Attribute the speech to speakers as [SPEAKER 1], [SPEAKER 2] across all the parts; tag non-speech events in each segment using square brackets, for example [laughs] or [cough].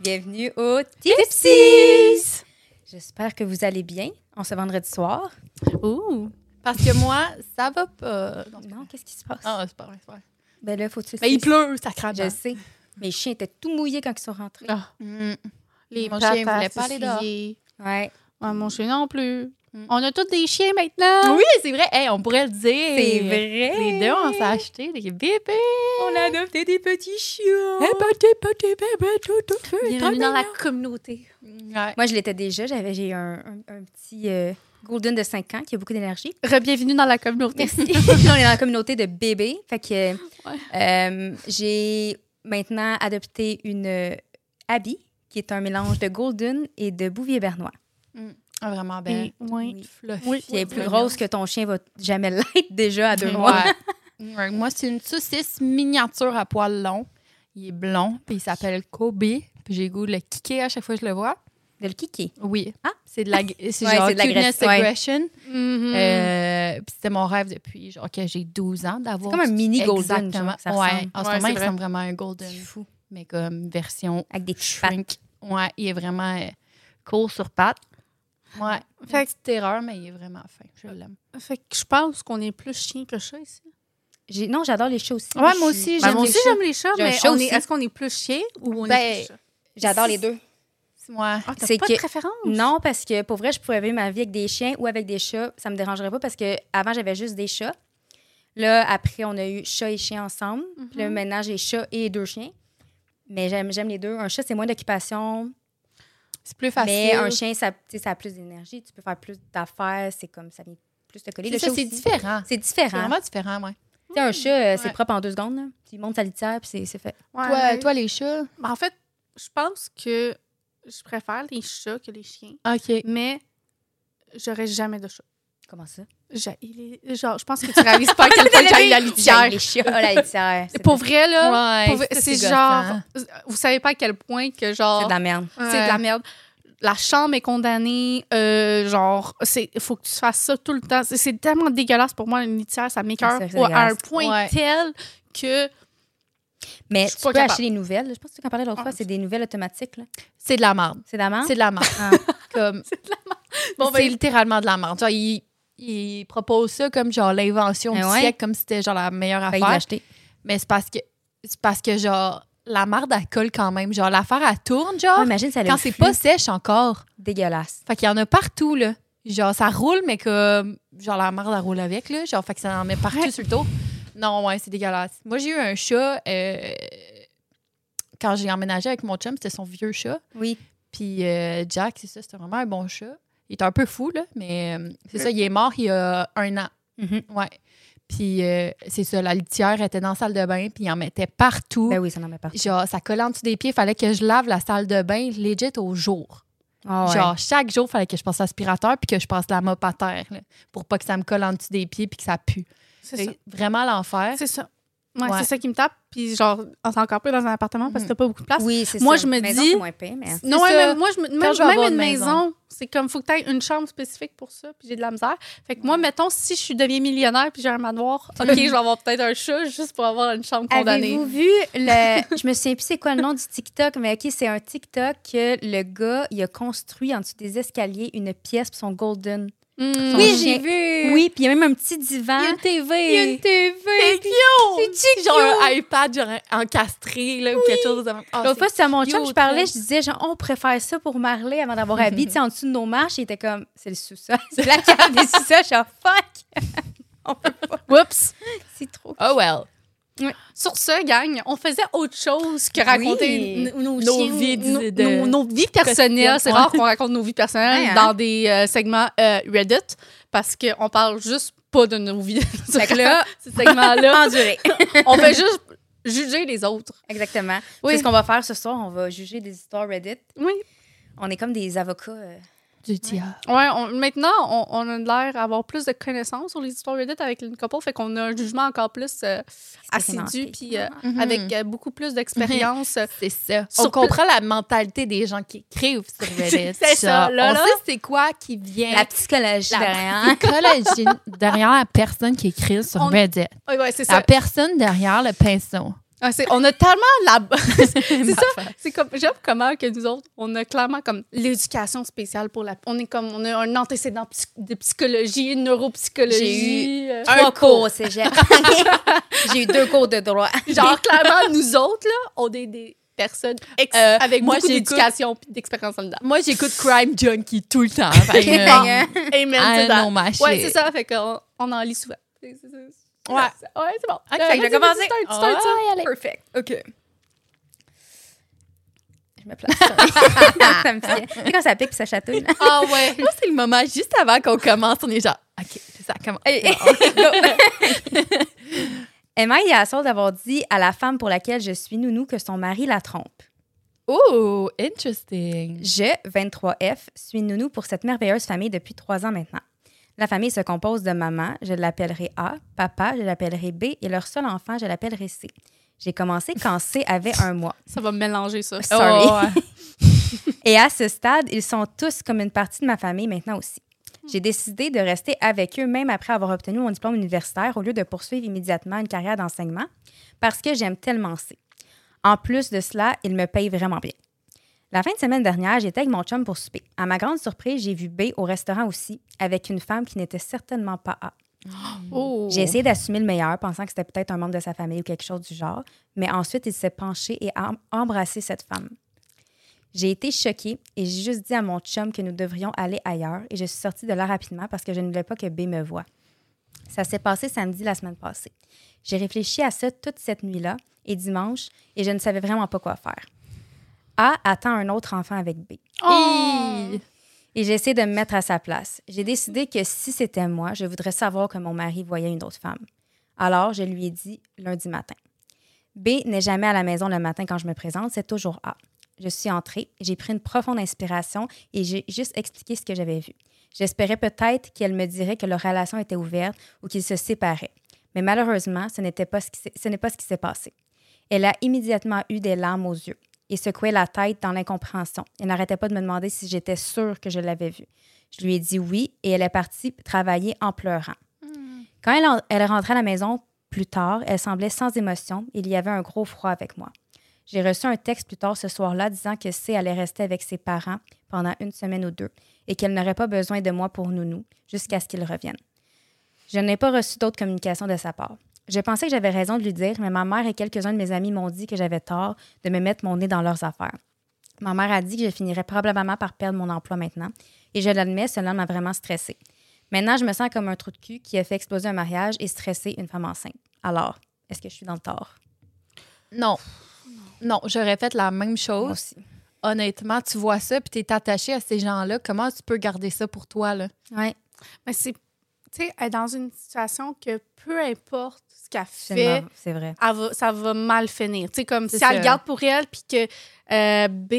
[SPEAKER 1] Bienvenue au Tipsies! J'espère que vous allez bien en ce vendredi soir.
[SPEAKER 2] Ouh! Parce que moi, ça va pas. Non, c'est pas
[SPEAKER 1] Non, qu'est-ce qui se passe?
[SPEAKER 2] Ah, c'est pas vrai, c'est pas vrai.
[SPEAKER 1] Ben là, faut-tu...
[SPEAKER 2] Mais il pleut, ça crame.
[SPEAKER 1] Je sais. Mes chiens étaient tout mouillés quand ils sont rentrés.
[SPEAKER 2] Ah.
[SPEAKER 3] Les
[SPEAKER 2] Mon chien, il
[SPEAKER 3] papas
[SPEAKER 2] voulait pas aller dehors.
[SPEAKER 3] souciés.
[SPEAKER 1] Ouais.
[SPEAKER 3] Ouais, mon chien non plus.
[SPEAKER 2] Mm.
[SPEAKER 3] On a tous des chiens maintenant.
[SPEAKER 2] Oui, c'est vrai. Hey, on pourrait le dire.
[SPEAKER 1] C'est vrai!
[SPEAKER 3] Les deux, on s'est acheté des bébés.
[SPEAKER 1] On a adopté des petits chiens!
[SPEAKER 3] Bienvenue dans la communauté.
[SPEAKER 2] Ouais.
[SPEAKER 1] Moi, je l'étais déjà. J'avais, j'ai un, un- un petit euh, golden de 5 ans qui a beaucoup d'énergie.
[SPEAKER 3] Rebienvenue dans la communauté.
[SPEAKER 1] Merci. [laughs] on est dans la communauté de bébés. Fait que euh,
[SPEAKER 3] Ouais.
[SPEAKER 1] euh, j'ai maintenant adopté une euh, Abby, qui est un mélange de golden et de bouvier bernois.
[SPEAKER 2] Ah, vraiment belle.
[SPEAKER 3] Oui.
[SPEAKER 2] Fluffy.
[SPEAKER 3] Oui.
[SPEAKER 1] Puis elle est plus grosse que ton chien va jamais l'être [laughs] déjà à deux
[SPEAKER 2] Ouais.
[SPEAKER 1] mois.
[SPEAKER 2] [laughs] Ouais, Moi, c'est une saucisse miniature à poil long. Il est blond, puis il s'appelle Kobe. Puis j'ai le goût de le kicker à chaque fois que je le vois.
[SPEAKER 1] De le kicker.
[SPEAKER 2] Oui.
[SPEAKER 1] Ah.
[SPEAKER 2] C'est de la, c'est
[SPEAKER 1] Ouais,
[SPEAKER 2] genre
[SPEAKER 1] c'est de l'agresse- ouais.
[SPEAKER 2] cuteness
[SPEAKER 1] Mm.
[SPEAKER 2] aggression.
[SPEAKER 3] Mhm.
[SPEAKER 2] Euh, puis c'était mon rêve depuis genre que j'ai 12 ans
[SPEAKER 1] C'est
[SPEAKER 2] d'avoir.
[SPEAKER 1] comme un mini golden.
[SPEAKER 2] Exactement.
[SPEAKER 1] genre, ça
[SPEAKER 2] ouais,
[SPEAKER 1] ressemble.
[SPEAKER 2] en ce
[SPEAKER 3] Ouais, c'est
[SPEAKER 2] moment, il
[SPEAKER 3] vrai.
[SPEAKER 2] ressemble vraiment à un golden,
[SPEAKER 1] C'est fou.
[SPEAKER 2] mais comme version
[SPEAKER 1] Avec des petites pattes.
[SPEAKER 2] shrink. Ouais, il est vraiment euh, court sur pattes. Ouais,
[SPEAKER 3] Fait
[SPEAKER 2] une petite terreur, mais il est vraiment fin. Je l'aime.
[SPEAKER 3] Euh, Fait que je pense qu'on est plus chien que chat ici.
[SPEAKER 1] J'ai- Non, j'adore les chats aussi.
[SPEAKER 2] Ouais, moi
[SPEAKER 1] je suis-
[SPEAKER 2] aussi,
[SPEAKER 3] Ben,
[SPEAKER 2] j'aime
[SPEAKER 3] moi
[SPEAKER 2] les
[SPEAKER 3] aussi,
[SPEAKER 2] chats.
[SPEAKER 3] j'aime les chats,
[SPEAKER 1] J'ai un
[SPEAKER 3] mais on
[SPEAKER 1] chat
[SPEAKER 3] est-
[SPEAKER 1] aussi.
[SPEAKER 3] est-ce qu'on est plus chien ou on
[SPEAKER 2] Ben,
[SPEAKER 3] est plus chat?
[SPEAKER 1] J'adore les deux.
[SPEAKER 2] Ouais.
[SPEAKER 3] Ah, t'as
[SPEAKER 1] c'est
[SPEAKER 3] pas
[SPEAKER 1] que-
[SPEAKER 3] de préférence?
[SPEAKER 1] Non, parce que pour vrai, je pourrais vivre ma vie avec des chiens ou avec des chats. Ça me dérangerait pas parce que avant j'avais juste des chats. Là, après, on a eu chat et chien ensemble.
[SPEAKER 2] Mhm.
[SPEAKER 1] Puis là, maintenant, j'ai chat et deux chiens. Mais j'aime j'aime les deux. Un chat, c'est moins d'occupation.
[SPEAKER 2] C'est plus facile.
[SPEAKER 1] Mais un chien, ça, tu sais, ça a plus d'énergie. Tu peux faire plus d'affaires. C'est comme ça vient plus te coller.
[SPEAKER 2] C'est
[SPEAKER 1] Le
[SPEAKER 2] ça,
[SPEAKER 1] chat
[SPEAKER 2] c'est
[SPEAKER 1] aussi,
[SPEAKER 2] différent.
[SPEAKER 1] C'est
[SPEAKER 2] C'est
[SPEAKER 1] différent.
[SPEAKER 2] vraiment différent, ouais.
[SPEAKER 1] Tu sais, un chat, euh, c'est
[SPEAKER 2] Ouais.
[SPEAKER 1] propre en deux secondes. là. Tu montes sa litière, puis c'est- c'est fait.
[SPEAKER 3] Ouais.
[SPEAKER 2] Toi, toi, les chats.
[SPEAKER 3] Ben, en fait, je pense que je préfère les chats que les chiens,
[SPEAKER 2] OK.
[SPEAKER 3] mais j'aurais jamais de chat.
[SPEAKER 1] Comment ça?
[SPEAKER 3] J'haïs les- Genre, je pense que tu réalises pas à
[SPEAKER 1] [laughs]
[SPEAKER 3] quel point j'haïs la
[SPEAKER 1] J'aime
[SPEAKER 3] litière.
[SPEAKER 1] Les
[SPEAKER 2] [laughs]
[SPEAKER 1] chats, Ah, la litière. C'est
[SPEAKER 3] Pour vrai, là, pour vrai,
[SPEAKER 2] ça,
[SPEAKER 3] c'est
[SPEAKER 2] gossant.
[SPEAKER 3] genre... Vous savez pas à quel point que
[SPEAKER 1] c'est
[SPEAKER 3] genre...
[SPEAKER 1] de la merde.
[SPEAKER 3] C'est de la merde. La chambre est condamnée. euh, genre, c'est faut que tu fasses ça tout le temps. C'est- C'est tellement dégueulasse pour moi, une litière. Ça m'écœure
[SPEAKER 1] C'est vrai que c'est
[SPEAKER 3] à un
[SPEAKER 1] dégueulasse.
[SPEAKER 3] point
[SPEAKER 2] Ouais.
[SPEAKER 3] tel que. Je
[SPEAKER 1] Mais tu
[SPEAKER 3] suis
[SPEAKER 1] peux
[SPEAKER 3] pas capable.
[SPEAKER 1] acheter les nouvelles. Je pense que tu en parlais l'autre
[SPEAKER 3] Ah.
[SPEAKER 1] fois, c'est des nouvelles automatiques. là.
[SPEAKER 2] C'est de la merde.
[SPEAKER 1] C'est de la merde?
[SPEAKER 2] C'est de la merde.
[SPEAKER 1] Ah.
[SPEAKER 2] [laughs] Comme... c'est
[SPEAKER 3] Bon, ben-
[SPEAKER 2] littéralement de la merde. Tu vois, il, il propose ça comme genre l'invention
[SPEAKER 1] Eh
[SPEAKER 2] du
[SPEAKER 1] ouais. Ben,
[SPEAKER 2] siècle, comme si c'était genre la meilleure
[SPEAKER 1] Failli
[SPEAKER 2] affaire.
[SPEAKER 1] l'acheter.
[SPEAKER 2] Mais c'est parce que c'est parce que genre la merde elle colle quand même. Genre l'affaire elle tourne genre
[SPEAKER 1] Ah, imagine, ça a
[SPEAKER 2] quand
[SPEAKER 1] le
[SPEAKER 2] c'est
[SPEAKER 1] flux.
[SPEAKER 2] pas sèche encore.
[SPEAKER 1] dégueulasse.
[SPEAKER 2] Fait qu'il y en a partout là. Genre ça roule mais comme genre la merde elle roule avec là. Genre fait que ça en met partout sur le tour. Non ouais c'est dégueulasse. Moi j'ai eu un chat euh, quand j'ai emménagé avec mon chum c'était son vieux chat.
[SPEAKER 1] Oui.
[SPEAKER 2] Puis euh, Jack c'est ça c'était vraiment un bon chat. Il était un peu fou là mais euh, c'est ça il est mort il y a un an.
[SPEAKER 1] Mhm.
[SPEAKER 2] Ouais. Puis euh, c'est ça la litière était dans la salle de bain puis il en mettait partout.
[SPEAKER 1] Ben oui, ça n'en met pas.
[SPEAKER 2] genre, ça collait en dessous des pieds. fallait que je lave la salle de bain legit au jour.
[SPEAKER 1] Ah ouais.
[SPEAKER 2] Genre, chaque jour, fallait que je passe l'aspirateur puis que je passe la mop à terre là, pour pas que ça me colle en dessous des pieds puis que ça pue.
[SPEAKER 3] C'est ça.
[SPEAKER 2] C'est vraiment l'enfer.
[SPEAKER 3] C'est ça. Ouais,
[SPEAKER 2] Ouais.
[SPEAKER 3] C'est ça qui me tape. Puis, genre, on s'est encore peu dans un appartement parce que t'as pas beaucoup de place.
[SPEAKER 1] Oui, c'est
[SPEAKER 3] Moi,
[SPEAKER 1] ça.
[SPEAKER 3] je me
[SPEAKER 1] Maison,
[SPEAKER 3] dis-
[SPEAKER 1] c'est moins pire, mais...
[SPEAKER 3] Non,
[SPEAKER 2] C'est
[SPEAKER 3] ouais,
[SPEAKER 2] ça.
[SPEAKER 3] même, moi, je, me-
[SPEAKER 2] Quand
[SPEAKER 3] même,
[SPEAKER 2] je vais
[SPEAKER 3] même
[SPEAKER 2] avoir
[SPEAKER 3] une
[SPEAKER 2] une
[SPEAKER 3] maison, c'est comme, faut que tu aies une chambre spécifique pour ça, puis j'ai de la misère. Fait que moi, mettons, si je suis deviens millionnaire, puis j'ai un
[SPEAKER 2] [laughs]
[SPEAKER 3] manoir, OK, je vais avoir peut-être un chat juste pour avoir une chambre condamnée.
[SPEAKER 1] Avez-vous vu le. [laughs] Je me souviens plus c'est quoi le nom du TikTok, mais OK, c'est un TikTok que le gars, il a construit en dessous des escaliers une pièce pour son golden.
[SPEAKER 3] Mm.
[SPEAKER 1] Son
[SPEAKER 2] Oui,
[SPEAKER 1] chien.
[SPEAKER 2] j'ai vu. hein?
[SPEAKER 1] Oui, puis il y a même un petit divan.
[SPEAKER 2] TV.
[SPEAKER 1] Il y a une TV.
[SPEAKER 2] cute.
[SPEAKER 1] C'est cute.
[SPEAKER 2] [laughs] Genre un iPad genre un- encastré là, ou quelque chose. de- Ah,
[SPEAKER 1] L'autre fois, c'était à mon chum,
[SPEAKER 2] cute,
[SPEAKER 1] je parlais,
[SPEAKER 2] hein.
[SPEAKER 1] je disais, genre, on préfère ça pour Marley avant d'avoir habillé. tu sais, en dessous de nos marches, il était comme, c'est le sous-sol. [laughs] C'est la cave des sous-sols. Je suis en fuck.
[SPEAKER 3] Oups!
[SPEAKER 1] C'est trop.
[SPEAKER 2] c'est- oh well.
[SPEAKER 3] Sur ce, gang, on faisait autre chose que raconter
[SPEAKER 1] Oui.
[SPEAKER 3] n- nos,
[SPEAKER 2] Nos
[SPEAKER 3] chiens,
[SPEAKER 2] vies
[SPEAKER 3] nos-
[SPEAKER 2] de-
[SPEAKER 3] nos- nos vies personnelles.
[SPEAKER 2] quotidiennes,
[SPEAKER 3] C'est
[SPEAKER 2] ouais.
[SPEAKER 3] rare qu'on raconte nos vies personnelles
[SPEAKER 1] Ouais, hein?
[SPEAKER 3] dans des euh, segments euh, Reddit parce qu'on parle juste pas de nos vies. [laughs]
[SPEAKER 1] Fait que [laughs] là,
[SPEAKER 3] ce segment-là,
[SPEAKER 1] enduré.
[SPEAKER 3] on fait juste juger les autres.
[SPEAKER 1] Exactement.
[SPEAKER 3] Oui.
[SPEAKER 1] C'est ce qu'on va faire ce soir. On va juger des histoires Reddit.
[SPEAKER 3] Oui,
[SPEAKER 1] On est comme des avocats. euh.
[SPEAKER 2] Du diable.
[SPEAKER 3] Ouais, on- maintenant, on, on a l'air d'avoir plus de connaissances sur les histoires Reddit avec une couple, fait qu'on a un jugement encore plus euh, assidu,
[SPEAKER 1] Expérimentés.
[SPEAKER 3] puis euh,
[SPEAKER 2] Mhm.
[SPEAKER 3] avec euh, beaucoup plus d'expérience. [laughs]
[SPEAKER 2] C'est ça.
[SPEAKER 3] Sur
[SPEAKER 2] on comprend la mentalité des gens qui écrivent [laughs] sur Reddit.
[SPEAKER 3] C'est ça,
[SPEAKER 2] genre.
[SPEAKER 3] là,
[SPEAKER 2] On
[SPEAKER 3] là.
[SPEAKER 2] sait c'est quoi qui vient.
[SPEAKER 1] La psychologie
[SPEAKER 2] La
[SPEAKER 1] derrière.
[SPEAKER 2] [laughs] psychologie derrière la personne qui écrit sur
[SPEAKER 3] On-
[SPEAKER 2] Reddit.
[SPEAKER 3] Oui, Ah, ouais, c'est ça.
[SPEAKER 2] La personne derrière le pinceau.
[SPEAKER 3] Ah, c'est- on a tellement la. [laughs] c'est ça. C'est comme j'aime comment que nous autres, on a clairement comme l'éducation spéciale pour la. On est comme on a un antécédent psy- de psychologie, neuropsychologie. euh,
[SPEAKER 1] Trois cours au cégep. [laughs] J'ai eu deux cours de droit.
[SPEAKER 3] Genre clairement [laughs] nous autres là, on est des personnes ex-
[SPEAKER 2] Euh,
[SPEAKER 3] avec
[SPEAKER 2] moi,
[SPEAKER 3] beaucoup
[SPEAKER 2] j'écoute-
[SPEAKER 3] d'éducation et d'expérience en dedans.
[SPEAKER 2] Moi, j'écoute Crime Junkie tout le [laughs]
[SPEAKER 1] [laughs]
[SPEAKER 2] temps. Fait que,
[SPEAKER 3] [laughs]
[SPEAKER 2] euh,
[SPEAKER 3] Amen.
[SPEAKER 2] I
[SPEAKER 3] to that.
[SPEAKER 2] know my
[SPEAKER 3] ouais,
[SPEAKER 2] shit.
[SPEAKER 3] c'est ça. Fait qu'on on en lit souvent. Ouais. Ouais, c'est bon. Euh,
[SPEAKER 1] Fait
[SPEAKER 2] Ok,
[SPEAKER 1] que
[SPEAKER 3] vas-y,
[SPEAKER 1] j'ai commencé.
[SPEAKER 3] vas-y, start, start ça.
[SPEAKER 1] Perfect. OK. Je me place. [laughs] ça me fait. Tu sais quand ça pique puis ça chatouille? là?
[SPEAKER 2] Ah ouais. [laughs] Moi, c'est le moment juste avant qu'on commence. On est genre, OK, ça commence.
[SPEAKER 1] Allez, go. [laughs] Emma est à la source d'avoir dit à la femme pour laquelle je suis nounou que son mari la trompe.
[SPEAKER 2] Oh, interesting.
[SPEAKER 1] Je, 23F, suis nounou pour cette merveilleuse famille depuis trois ans maintenant. La famille se compose de maman, je l'appellerai A, papa, je l'appellerai B et leur seul enfant, je l'appellerai C. J'ai commencé quand C avait un mois.
[SPEAKER 3] Ça va mélanger ça.
[SPEAKER 1] Sorry.
[SPEAKER 2] Oh, ouais.
[SPEAKER 1] Et à ce stade, ils sont tous comme une partie de ma famille maintenant aussi. J'ai décidé de rester avec eux même après avoir obtenu mon diplôme universitaire au lieu de poursuivre immédiatement une carrière d'enseignement parce que j'aime tellement C. En plus de cela, ils me payent vraiment bien. La fin de semaine dernière, j'étais avec mon chum pour souper. À ma grande surprise, j'ai vu B au restaurant aussi avec une femme qui n'était certainement pas A.
[SPEAKER 3] [laughs] Oh.
[SPEAKER 1] J'ai essayé d'assumer le meilleur, pensant que c'était peut-être un membre de sa famille ou quelque chose du genre, mais ensuite il s'est penché et a embrassé cette femme. J'ai été choquée et j'ai juste dit à mon chum que nous devrions aller ailleurs et je suis sortie de là rapidement parce que je ne voulais pas que B me voie. Ça s'est passé samedi la semaine passée. J'ai réfléchi à ça toute cette nuit-là et dimanche et je ne savais vraiment pas quoi faire. A attend un autre enfant avec B
[SPEAKER 3] Oh.
[SPEAKER 1] et j'ai essayé de me mettre à sa place. J'ai décidé que si c'était moi, je voudrais savoir que mon mari voyait une autre femme. Alors, je lui ai dit lundi matin. B n'est jamais à la maison le matin quand je me présente, c'est toujours A. Je suis entrée, j'ai pris une profonde inspiration et j'ai juste expliqué ce que j'avais vu. J'espérais peut-être qu'elle me dirait que leur relation était ouverte ou qu'ils se séparaient. Mais malheureusement, ce n'était pas ce qui s'est- ce n'est pas ce qui s'est passé. Elle a immédiatement eu des larmes aux yeux et secouait la tête dans l'incompréhension. Elle n'arrêtait pas de me demander si j'étais sûre que je l'avais vue. Je lui ai dit oui et elle est partie travailler en pleurant. Quand elle, en- elle est rentrée à la maison plus tard, elle semblait sans émotion. Il y avait un gros froid avec moi. J'ai reçu un texte plus tard ce soir-là disant que C allait rester avec ses parents pendant une semaine ou deux et qu'elle n'aurait pas besoin de moi pour nounou jusqu'à ce qu'ils reviennent. Je n'ai pas reçu d'autres communications de sa part. Je pensais que j'avais raison de lui dire, mais ma mère et quelques-uns de mes amis m'ont dit que j'avais tort de me mettre mon nez dans leurs affaires. Ma mère a dit que je finirais probablement par perdre mon emploi maintenant, et je l'admets, cela m'a vraiment stressée. Maintenant, je me sens comme un trou de cul qui a fait exploser un mariage et stresser une femme enceinte. Alors, est-ce que je suis dans le tort?
[SPEAKER 2] Non. Non, j'aurais fait la même
[SPEAKER 1] Moi
[SPEAKER 2] chose.
[SPEAKER 1] aussi.
[SPEAKER 2] Honnêtement, tu vois ça, puis t'es attaché à ces gens-là. Comment tu peux garder ça pour toi, là?
[SPEAKER 1] Ouais.
[SPEAKER 3] Mais c'est, tu sais, elle est dans une situation que peu importe ce qu'elle
[SPEAKER 1] C'est
[SPEAKER 3] fait,
[SPEAKER 1] une- c'est vrai.
[SPEAKER 3] elle va- ça va mal finir. Tu sais, comme
[SPEAKER 2] C'est
[SPEAKER 3] si elle
[SPEAKER 2] ça.
[SPEAKER 3] le garde pour elle, puis que euh, B.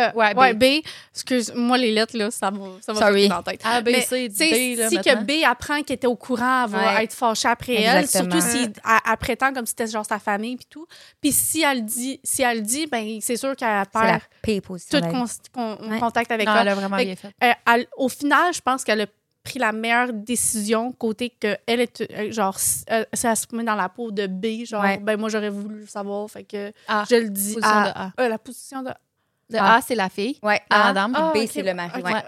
[SPEAKER 3] euh,
[SPEAKER 2] Ouais,
[SPEAKER 3] ouais,
[SPEAKER 2] B.
[SPEAKER 3] B. Excuse-moi, les lettres, là, ça va, ça va
[SPEAKER 2] Sorry.
[SPEAKER 3] sauter dans la tête.
[SPEAKER 2] A, B,
[SPEAKER 3] Mais,
[SPEAKER 2] C,
[SPEAKER 3] Tu sais, si que B apprend qu'elle était au courant, elle va
[SPEAKER 1] Ouais.
[SPEAKER 3] être fâchée après
[SPEAKER 1] Exactement.
[SPEAKER 3] elle, surtout si elle, elle prétend comme si c'était genre sa famille puis tout. Puis si elle dit, si elle dit, ben c'est sûr qu'elle
[SPEAKER 1] C'est la
[SPEAKER 3] perd
[SPEAKER 1] pire position.
[SPEAKER 3] tout
[SPEAKER 1] d'aller.
[SPEAKER 3] con- con-
[SPEAKER 1] Ouais.
[SPEAKER 3] contact avec
[SPEAKER 2] Non,
[SPEAKER 3] elle.
[SPEAKER 2] elle a vraiment
[SPEAKER 3] Fait
[SPEAKER 2] bien fait.
[SPEAKER 3] Euh, elle- au final, je pense qu'elle a pris la meilleure décision côté que elle est euh, genre s- euh, ça se met dans la peau de B genre
[SPEAKER 1] Ouais.
[SPEAKER 3] ben moi j'aurais voulu le savoir fait que
[SPEAKER 2] Ah,
[SPEAKER 3] je le dis
[SPEAKER 2] position
[SPEAKER 3] à
[SPEAKER 2] de A.
[SPEAKER 3] Euh, la position de
[SPEAKER 2] De
[SPEAKER 1] Ah.
[SPEAKER 2] A, c'est la fille.
[SPEAKER 1] Ouais.
[SPEAKER 2] La
[SPEAKER 1] A,
[SPEAKER 2] madame.
[SPEAKER 3] Ah,
[SPEAKER 1] B,
[SPEAKER 3] ok,
[SPEAKER 1] c'est le mari.
[SPEAKER 3] ok.
[SPEAKER 1] ouais. ben,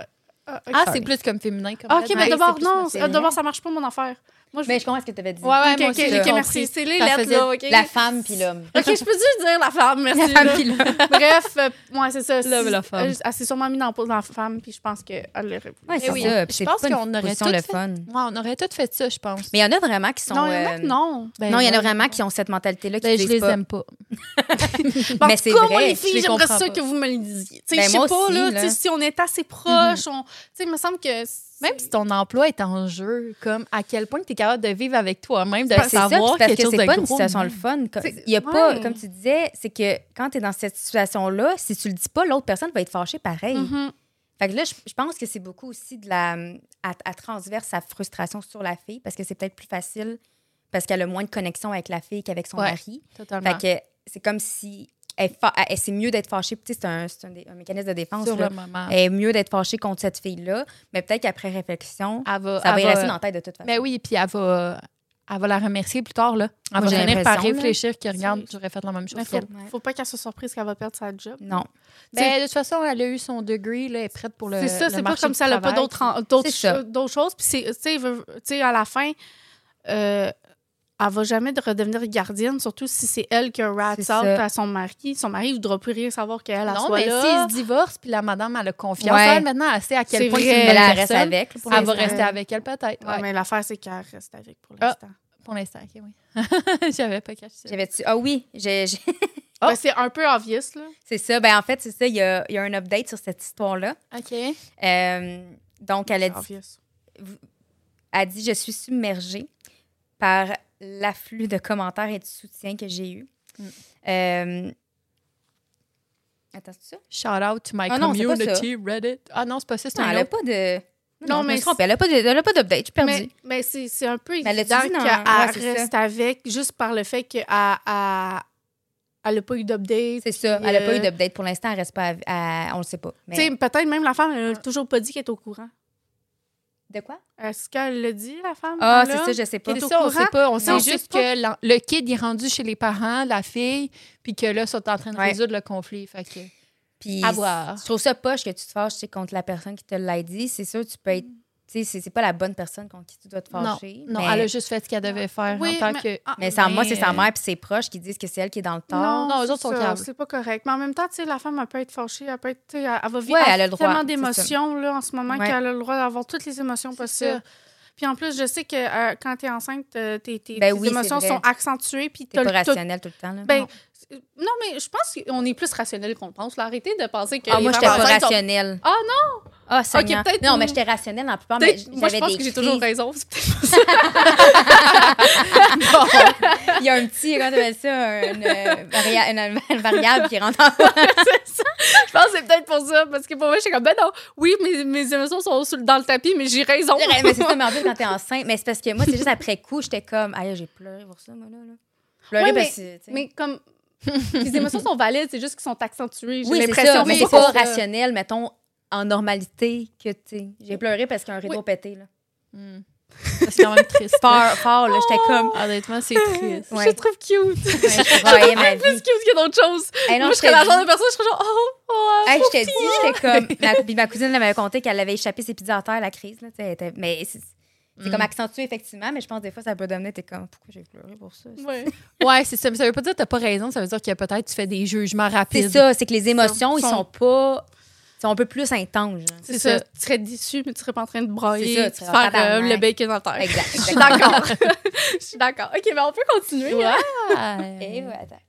[SPEAKER 3] Ah, ok.
[SPEAKER 2] Ah,
[SPEAKER 1] sorry.
[SPEAKER 2] c'est plus comme féminin. Comme
[SPEAKER 3] Ah, ok mais d'abord non
[SPEAKER 1] c'est
[SPEAKER 3] ah, d'abord
[SPEAKER 1] vrai.
[SPEAKER 3] ça marche pas mon affaire moi je
[SPEAKER 1] Mais je comprends ce que tu avais dit.
[SPEAKER 2] Ouais, ouais,
[SPEAKER 3] Ok,
[SPEAKER 2] moi
[SPEAKER 3] ok,
[SPEAKER 2] aussi,
[SPEAKER 3] ok,
[SPEAKER 2] j'ai compris.
[SPEAKER 3] merci c'est les
[SPEAKER 2] Ça
[SPEAKER 3] lettres
[SPEAKER 2] faisait
[SPEAKER 3] là ok
[SPEAKER 1] La femme puis l'homme.
[SPEAKER 3] ok je peux
[SPEAKER 2] [laughs]
[SPEAKER 3] tu dire la femme [laughs] merci
[SPEAKER 1] La femme
[SPEAKER 3] là.
[SPEAKER 1] puis l'homme.
[SPEAKER 3] bref euh, ouais c'est ça
[SPEAKER 2] L'homme et la femme.
[SPEAKER 3] elle, elle s'est sûrement mise dans la peau de la femme puis je pense que elle l'aurait voulu.
[SPEAKER 1] Ouais, c'est
[SPEAKER 2] Eh oui.
[SPEAKER 1] ça.
[SPEAKER 2] Je
[SPEAKER 1] puis C'est
[SPEAKER 2] pense
[SPEAKER 1] pas
[SPEAKER 2] qu'on
[SPEAKER 1] une
[SPEAKER 2] aurait
[SPEAKER 1] position
[SPEAKER 2] toutes
[SPEAKER 1] le
[SPEAKER 2] fait-
[SPEAKER 1] fun.
[SPEAKER 2] Ouais, on aurait tous fait ça, je pense.
[SPEAKER 1] Mais il y en a vraiment qui sont.
[SPEAKER 3] non il y en a
[SPEAKER 1] euh,
[SPEAKER 3] que non
[SPEAKER 2] Ben,
[SPEAKER 1] non, il y en a
[SPEAKER 2] ouais.
[SPEAKER 1] vraiment qui ont cette mentalité-là qui
[SPEAKER 2] Ben, je
[SPEAKER 1] disent
[SPEAKER 2] les
[SPEAKER 1] pas.
[SPEAKER 2] aime pas.
[SPEAKER 3] Ben,
[SPEAKER 1] Mais
[SPEAKER 3] en tout
[SPEAKER 1] c'est
[SPEAKER 3] cas,
[SPEAKER 1] vrai,
[SPEAKER 3] moi, les
[SPEAKER 2] je
[SPEAKER 3] filles,
[SPEAKER 2] les
[SPEAKER 3] j'aimerais
[SPEAKER 2] comprends
[SPEAKER 3] ça
[SPEAKER 2] pas.
[SPEAKER 3] que vous me le disiez. Tu sais,
[SPEAKER 1] Ben,
[SPEAKER 3] je sais
[SPEAKER 1] moi
[SPEAKER 3] pas,
[SPEAKER 1] aussi,
[SPEAKER 3] là,
[SPEAKER 1] là.
[SPEAKER 3] tu sais, si on est assez proches, on... tu sais, il me semble que... c'est-
[SPEAKER 2] Mhm. Même si ton emploi est en jeu, comme à quel point tu es capable de vivre avec toi-même, de
[SPEAKER 1] Ben, c'est ça, puis
[SPEAKER 2] savoir
[SPEAKER 1] c'est parce
[SPEAKER 2] quelque
[SPEAKER 1] que
[SPEAKER 2] chose de
[SPEAKER 1] c'est pas une
[SPEAKER 2] gros.
[SPEAKER 1] situation le fun. Comme-
[SPEAKER 3] C'est-
[SPEAKER 1] Il y a pas,
[SPEAKER 3] ouais.
[SPEAKER 1] comme tu disais, c'est que quand tu es dans cette situation-là, si tu le dis pas, l'autre personne va être fâchée pareil.
[SPEAKER 3] Mhm.
[SPEAKER 1] Fait que là, je, je pense que c'est beaucoup aussi de la. À, à transverse sa frustration sur la fille parce que c'est peut-être plus facile parce qu'elle a moins de connexion avec la fille qu'avec son
[SPEAKER 2] Ouais.
[SPEAKER 1] mari.
[SPEAKER 2] Totalement.
[SPEAKER 1] Fait que c'est comme si. Elle, fa- elle- c'est mieux d'être fâchée. Puis tu sais, C'est un, c'est un des- un mécanisme de défense.
[SPEAKER 2] Sur
[SPEAKER 1] là.
[SPEAKER 2] le moment.
[SPEAKER 1] Elle est mieux d'être fâchée contre cette fille-là, mais peut-être qu'après réflexion,
[SPEAKER 2] Elle va,
[SPEAKER 1] ça va
[SPEAKER 2] elle
[SPEAKER 1] y
[SPEAKER 2] va- Ben
[SPEAKER 1] rester dans la tête de toute façon.
[SPEAKER 2] Mais oui, puis elle va, euh, elle va la remercier plus tard. Là. Elle
[SPEAKER 1] Moi, j'ai
[SPEAKER 2] va finir par
[SPEAKER 1] l'impression, là.
[SPEAKER 2] réfléchir que, regarde,
[SPEAKER 3] C'est-
[SPEAKER 2] j'aurais fait la même chose.
[SPEAKER 3] Mais faut,
[SPEAKER 2] qu'elle.
[SPEAKER 1] Ouais.
[SPEAKER 3] faut pas qu'elle soit surprise qu'elle va perdre sa job.
[SPEAKER 1] Non.
[SPEAKER 2] Tu sais, Ben, de toute façon, elle a eu son degree, là, elle est prête pour le.
[SPEAKER 3] C'est ça,
[SPEAKER 2] le
[SPEAKER 3] c'est pas
[SPEAKER 2] marché
[SPEAKER 3] comme
[SPEAKER 2] du
[SPEAKER 3] ça, elle a pas
[SPEAKER 2] travail.
[SPEAKER 3] d'autres en- d'autres
[SPEAKER 1] C'est ça.
[SPEAKER 3] cho- d'autres choses. Puis, c'est- tu sais, elle veut- tu sais, à la fin, euh, elle va jamais de redevenir gardienne, surtout si c'est elle qui a rat out
[SPEAKER 1] C'est ça.
[SPEAKER 3] à son mari. Son mari ne voudra plus rien savoir qu'elle elle
[SPEAKER 2] Non,
[SPEAKER 3] soit
[SPEAKER 2] mais
[SPEAKER 3] là.
[SPEAKER 2] s'ils se divorcent, puis la madame, elle a confiance.
[SPEAKER 1] Ouais.
[SPEAKER 2] Elle, maintenant, elle sait à
[SPEAKER 3] C'est
[SPEAKER 2] quel point
[SPEAKER 3] vrai.
[SPEAKER 2] c'est une
[SPEAKER 1] Elle
[SPEAKER 2] bonne
[SPEAKER 1] la reste
[SPEAKER 2] personne.
[SPEAKER 1] avec. là, pour
[SPEAKER 2] Elle va
[SPEAKER 1] l'instant.
[SPEAKER 2] rester avec elle, peut-être.
[SPEAKER 3] Ouais,
[SPEAKER 2] Ouais.
[SPEAKER 3] mais l'affaire, c'est qu'elle reste avec pour
[SPEAKER 2] Ah.
[SPEAKER 3] l'instant.
[SPEAKER 2] Pour l'instant, OK, oui. [laughs] J'avais pas caché ça.
[SPEAKER 1] J'avais-tu- Ah oui, j'ai- j'ai- [laughs]
[SPEAKER 2] Ah.
[SPEAKER 3] Ouais, c'est un peu obvious, là.
[SPEAKER 1] c'est ça. Ben, en fait, c'est ça. Il y a, il y a un update sur cette histoire-là.
[SPEAKER 2] OK.
[SPEAKER 1] Euh, donc, elle a
[SPEAKER 3] C'est
[SPEAKER 1] dit,
[SPEAKER 3] obvious.
[SPEAKER 1] a dit Je suis submergée par l'afflux de commentaires et de soutien que j'ai eu.
[SPEAKER 2] Mm.
[SPEAKER 1] Euh, Attends, c'est ça?
[SPEAKER 2] Shout out to my
[SPEAKER 1] Ah non, c'est pas
[SPEAKER 2] community Reddit. Ah non, c'est pas ça, c'est
[SPEAKER 1] Non,
[SPEAKER 2] un
[SPEAKER 1] elle a
[SPEAKER 2] autre.
[SPEAKER 1] pas de.
[SPEAKER 3] Non,
[SPEAKER 1] je me
[SPEAKER 3] mais
[SPEAKER 1] trompe, Elle a pas de- elle a pas d'update. Je suis perdue.
[SPEAKER 3] Mais, mais c'est c'est un peu
[SPEAKER 1] Mais elle
[SPEAKER 3] évident
[SPEAKER 1] l'a-tu dit
[SPEAKER 3] qu'elle
[SPEAKER 1] dans- Ouais, c'est
[SPEAKER 3] reste avec juste par le fait qu'elle n'a pas eu d'update.
[SPEAKER 1] C'est ça.
[SPEAKER 3] puis,
[SPEAKER 1] Elle n'a pas
[SPEAKER 3] euh,
[SPEAKER 1] eu d'update pour l'instant. Elle reste pas. à- à- on le sait pas. Mais-
[SPEAKER 3] Tu sais, peut-être même la femme, elle n'a toujours pas dit qu'elle est au courant.
[SPEAKER 1] De quoi?
[SPEAKER 3] Est-ce qu'elle le dit, la femme?
[SPEAKER 1] Ah,
[SPEAKER 3] là?
[SPEAKER 1] c'est ça, je sais pas.
[SPEAKER 3] T'es
[SPEAKER 2] C'est
[SPEAKER 3] au
[SPEAKER 2] ça, on
[SPEAKER 3] courant?
[SPEAKER 2] sait pas. On
[SPEAKER 3] on
[SPEAKER 2] sait
[SPEAKER 3] sait
[SPEAKER 2] juste
[SPEAKER 3] pas.
[SPEAKER 2] que l'en- le kid est rendu chez les parents, la fille, puis que là, ils sont en train de
[SPEAKER 1] Ouais.
[SPEAKER 2] résoudre le conflit. Fait que,
[SPEAKER 1] Puis,
[SPEAKER 2] à voir.
[SPEAKER 1] Je trouve ça poche que tu te fâches tu sais, contre la personne qui te l'a dit. C'est sûr, tu peux être. Tu sais, c'est- c'est pas la bonne personne contre qui tu dois te fâcher.
[SPEAKER 2] Non,
[SPEAKER 1] mais,
[SPEAKER 2] elle a juste fait ce qu'elle devait faire
[SPEAKER 3] Oui,
[SPEAKER 2] en tant
[SPEAKER 3] mais-
[SPEAKER 2] que.
[SPEAKER 3] ah,
[SPEAKER 1] mais c'est en moi,
[SPEAKER 2] mais,
[SPEAKER 1] c'est sa
[SPEAKER 2] euh,
[SPEAKER 1] mère puis ses proches qui disent que c'est elle qui est dans le tort.
[SPEAKER 3] Non,
[SPEAKER 2] Non, eux
[SPEAKER 3] c'est
[SPEAKER 2] autres sont
[SPEAKER 3] ça,
[SPEAKER 2] câbles.
[SPEAKER 3] C'est pas correct. Mais en même temps, tu sais, la femme, elle peut être fâchée, elle peut être. tu sais, Elle, elle va vivre
[SPEAKER 1] Ouais, elle a le droit,
[SPEAKER 3] tellement
[SPEAKER 1] c'est
[SPEAKER 3] d'émotions là, en ce moment
[SPEAKER 1] Ouais.
[SPEAKER 3] qu'elle a le droit d'avoir toutes les émotions possibles. Puis en plus, je sais que euh, quand t'es enceinte, euh, t'es- t'es-
[SPEAKER 1] Ben
[SPEAKER 3] tes
[SPEAKER 1] oui, c'est
[SPEAKER 3] émotions
[SPEAKER 1] vrai.
[SPEAKER 3] sont accentuées. Puis
[SPEAKER 1] T'es
[SPEAKER 3] t'as
[SPEAKER 1] pas
[SPEAKER 3] le- t'as-
[SPEAKER 1] rationnel tout le temps. Là.
[SPEAKER 3] Ben,
[SPEAKER 1] Non.
[SPEAKER 3] euh, non, mais je pense qu'on est plus rationnel qu'on le pense. là. Arrêtez de penser que.
[SPEAKER 1] ah,
[SPEAKER 3] les
[SPEAKER 1] moi,
[SPEAKER 3] femmes
[SPEAKER 1] j'étais pas
[SPEAKER 3] enceintes sont-
[SPEAKER 1] rationnelle.
[SPEAKER 3] Ah,
[SPEAKER 1] non! Ah, Seigneur.
[SPEAKER 3] peut-être-
[SPEAKER 1] non, mais j'étais rationnelle en plupart. Mais
[SPEAKER 3] Peut-être-
[SPEAKER 1] j'avais
[SPEAKER 3] Moi, je pense
[SPEAKER 1] des
[SPEAKER 3] que j'ai
[SPEAKER 1] crises.
[SPEAKER 3] toujours raison. [laughs] C'est peut-être
[SPEAKER 1] Il y a un petit, comment t'appelles ça, une, euh, varia- une- une variable qui
[SPEAKER 3] [laughs]
[SPEAKER 1] rentre en
[SPEAKER 3] Je pense que c'est peut-être pour ça, parce que pour moi, j'étais comme, ben non, oui, mes, mes émotions sont sous- dans le tapis, mais j'ai raison.
[SPEAKER 1] Ouais, mais c'est ça, mais en plus, quand t'es enceinte, mais c'est parce que moi, c'est juste après coup, j'étais comme, aïe, j'ai pleuré pour ça, moi, là. là. Pleuré
[SPEAKER 3] Ouais,
[SPEAKER 1] parce que. tu sais.
[SPEAKER 3] Mais comme,
[SPEAKER 1] [laughs]
[SPEAKER 3] les émotions sont valides, c'est juste qu'ils sont accentuées. J'ai
[SPEAKER 1] oui, c'est
[SPEAKER 3] l'impression
[SPEAKER 1] ça,
[SPEAKER 3] que
[SPEAKER 1] mais
[SPEAKER 3] c'est euh,
[SPEAKER 1] c'est pas
[SPEAKER 3] pour ça.
[SPEAKER 1] rationnel, mettons, en normalité, que, tu sais, j'ai pleuré parce qu'un rideau
[SPEAKER 3] Oui.
[SPEAKER 1] pété, là.
[SPEAKER 2] Hmm. C'est quand même triste.
[SPEAKER 1] Fort, fort, là, j'étais comme.
[SPEAKER 2] Honnêtement, c'est triste.
[SPEAKER 1] Ouais.
[SPEAKER 3] Je te trouve cute. [laughs]
[SPEAKER 1] Ouais, je broyais ma
[SPEAKER 3] Plus
[SPEAKER 1] vie.
[SPEAKER 3] cute que d'autres choses.
[SPEAKER 1] Hey, non,
[SPEAKER 3] moi, je
[SPEAKER 1] je t'ai
[SPEAKER 3] serais la
[SPEAKER 1] dit,
[SPEAKER 3] genre de personne, je serais genre, oh, oh,
[SPEAKER 1] hey, je t'ai dit, j'étais comme. Ma, puis ma cousine, elle m'avait conté qu'elle avait échappé ses pizzas à terre, la crise, là, tu sais, elle était- Mais c'est c'est
[SPEAKER 2] Mm.
[SPEAKER 1] comme accentué, effectivement, mais je pense des fois, ça peut devenir, t'es comme, pourquoi j'ai pleuré pour ça?
[SPEAKER 3] Ouais.
[SPEAKER 2] Ouais, c'est ça. Mais ça veut pas dire que t'as pas raison. Ça veut dire que peut-être tu fais des jugements rapides.
[SPEAKER 1] C'est ça, c'est que les émotions, ils
[SPEAKER 3] Sont-
[SPEAKER 1] sont pas. Ils sont un peu plus intenses, genre.
[SPEAKER 3] C'est
[SPEAKER 2] C'est
[SPEAKER 3] ça.
[SPEAKER 2] ça.
[SPEAKER 3] Tu serais déçu, mais tu serais pas en train de brailler,
[SPEAKER 1] C'est ça,
[SPEAKER 3] de
[SPEAKER 1] tu serais en
[SPEAKER 3] faire euh,
[SPEAKER 1] tabarnak.
[SPEAKER 3] le bacon dans terre.
[SPEAKER 1] Exact.
[SPEAKER 3] Je suis d'accord. [laughs] Je suis d'accord. OK, mais on peut continuer.
[SPEAKER 2] Ouais.
[SPEAKER 1] Et ouais, [laughs] attends.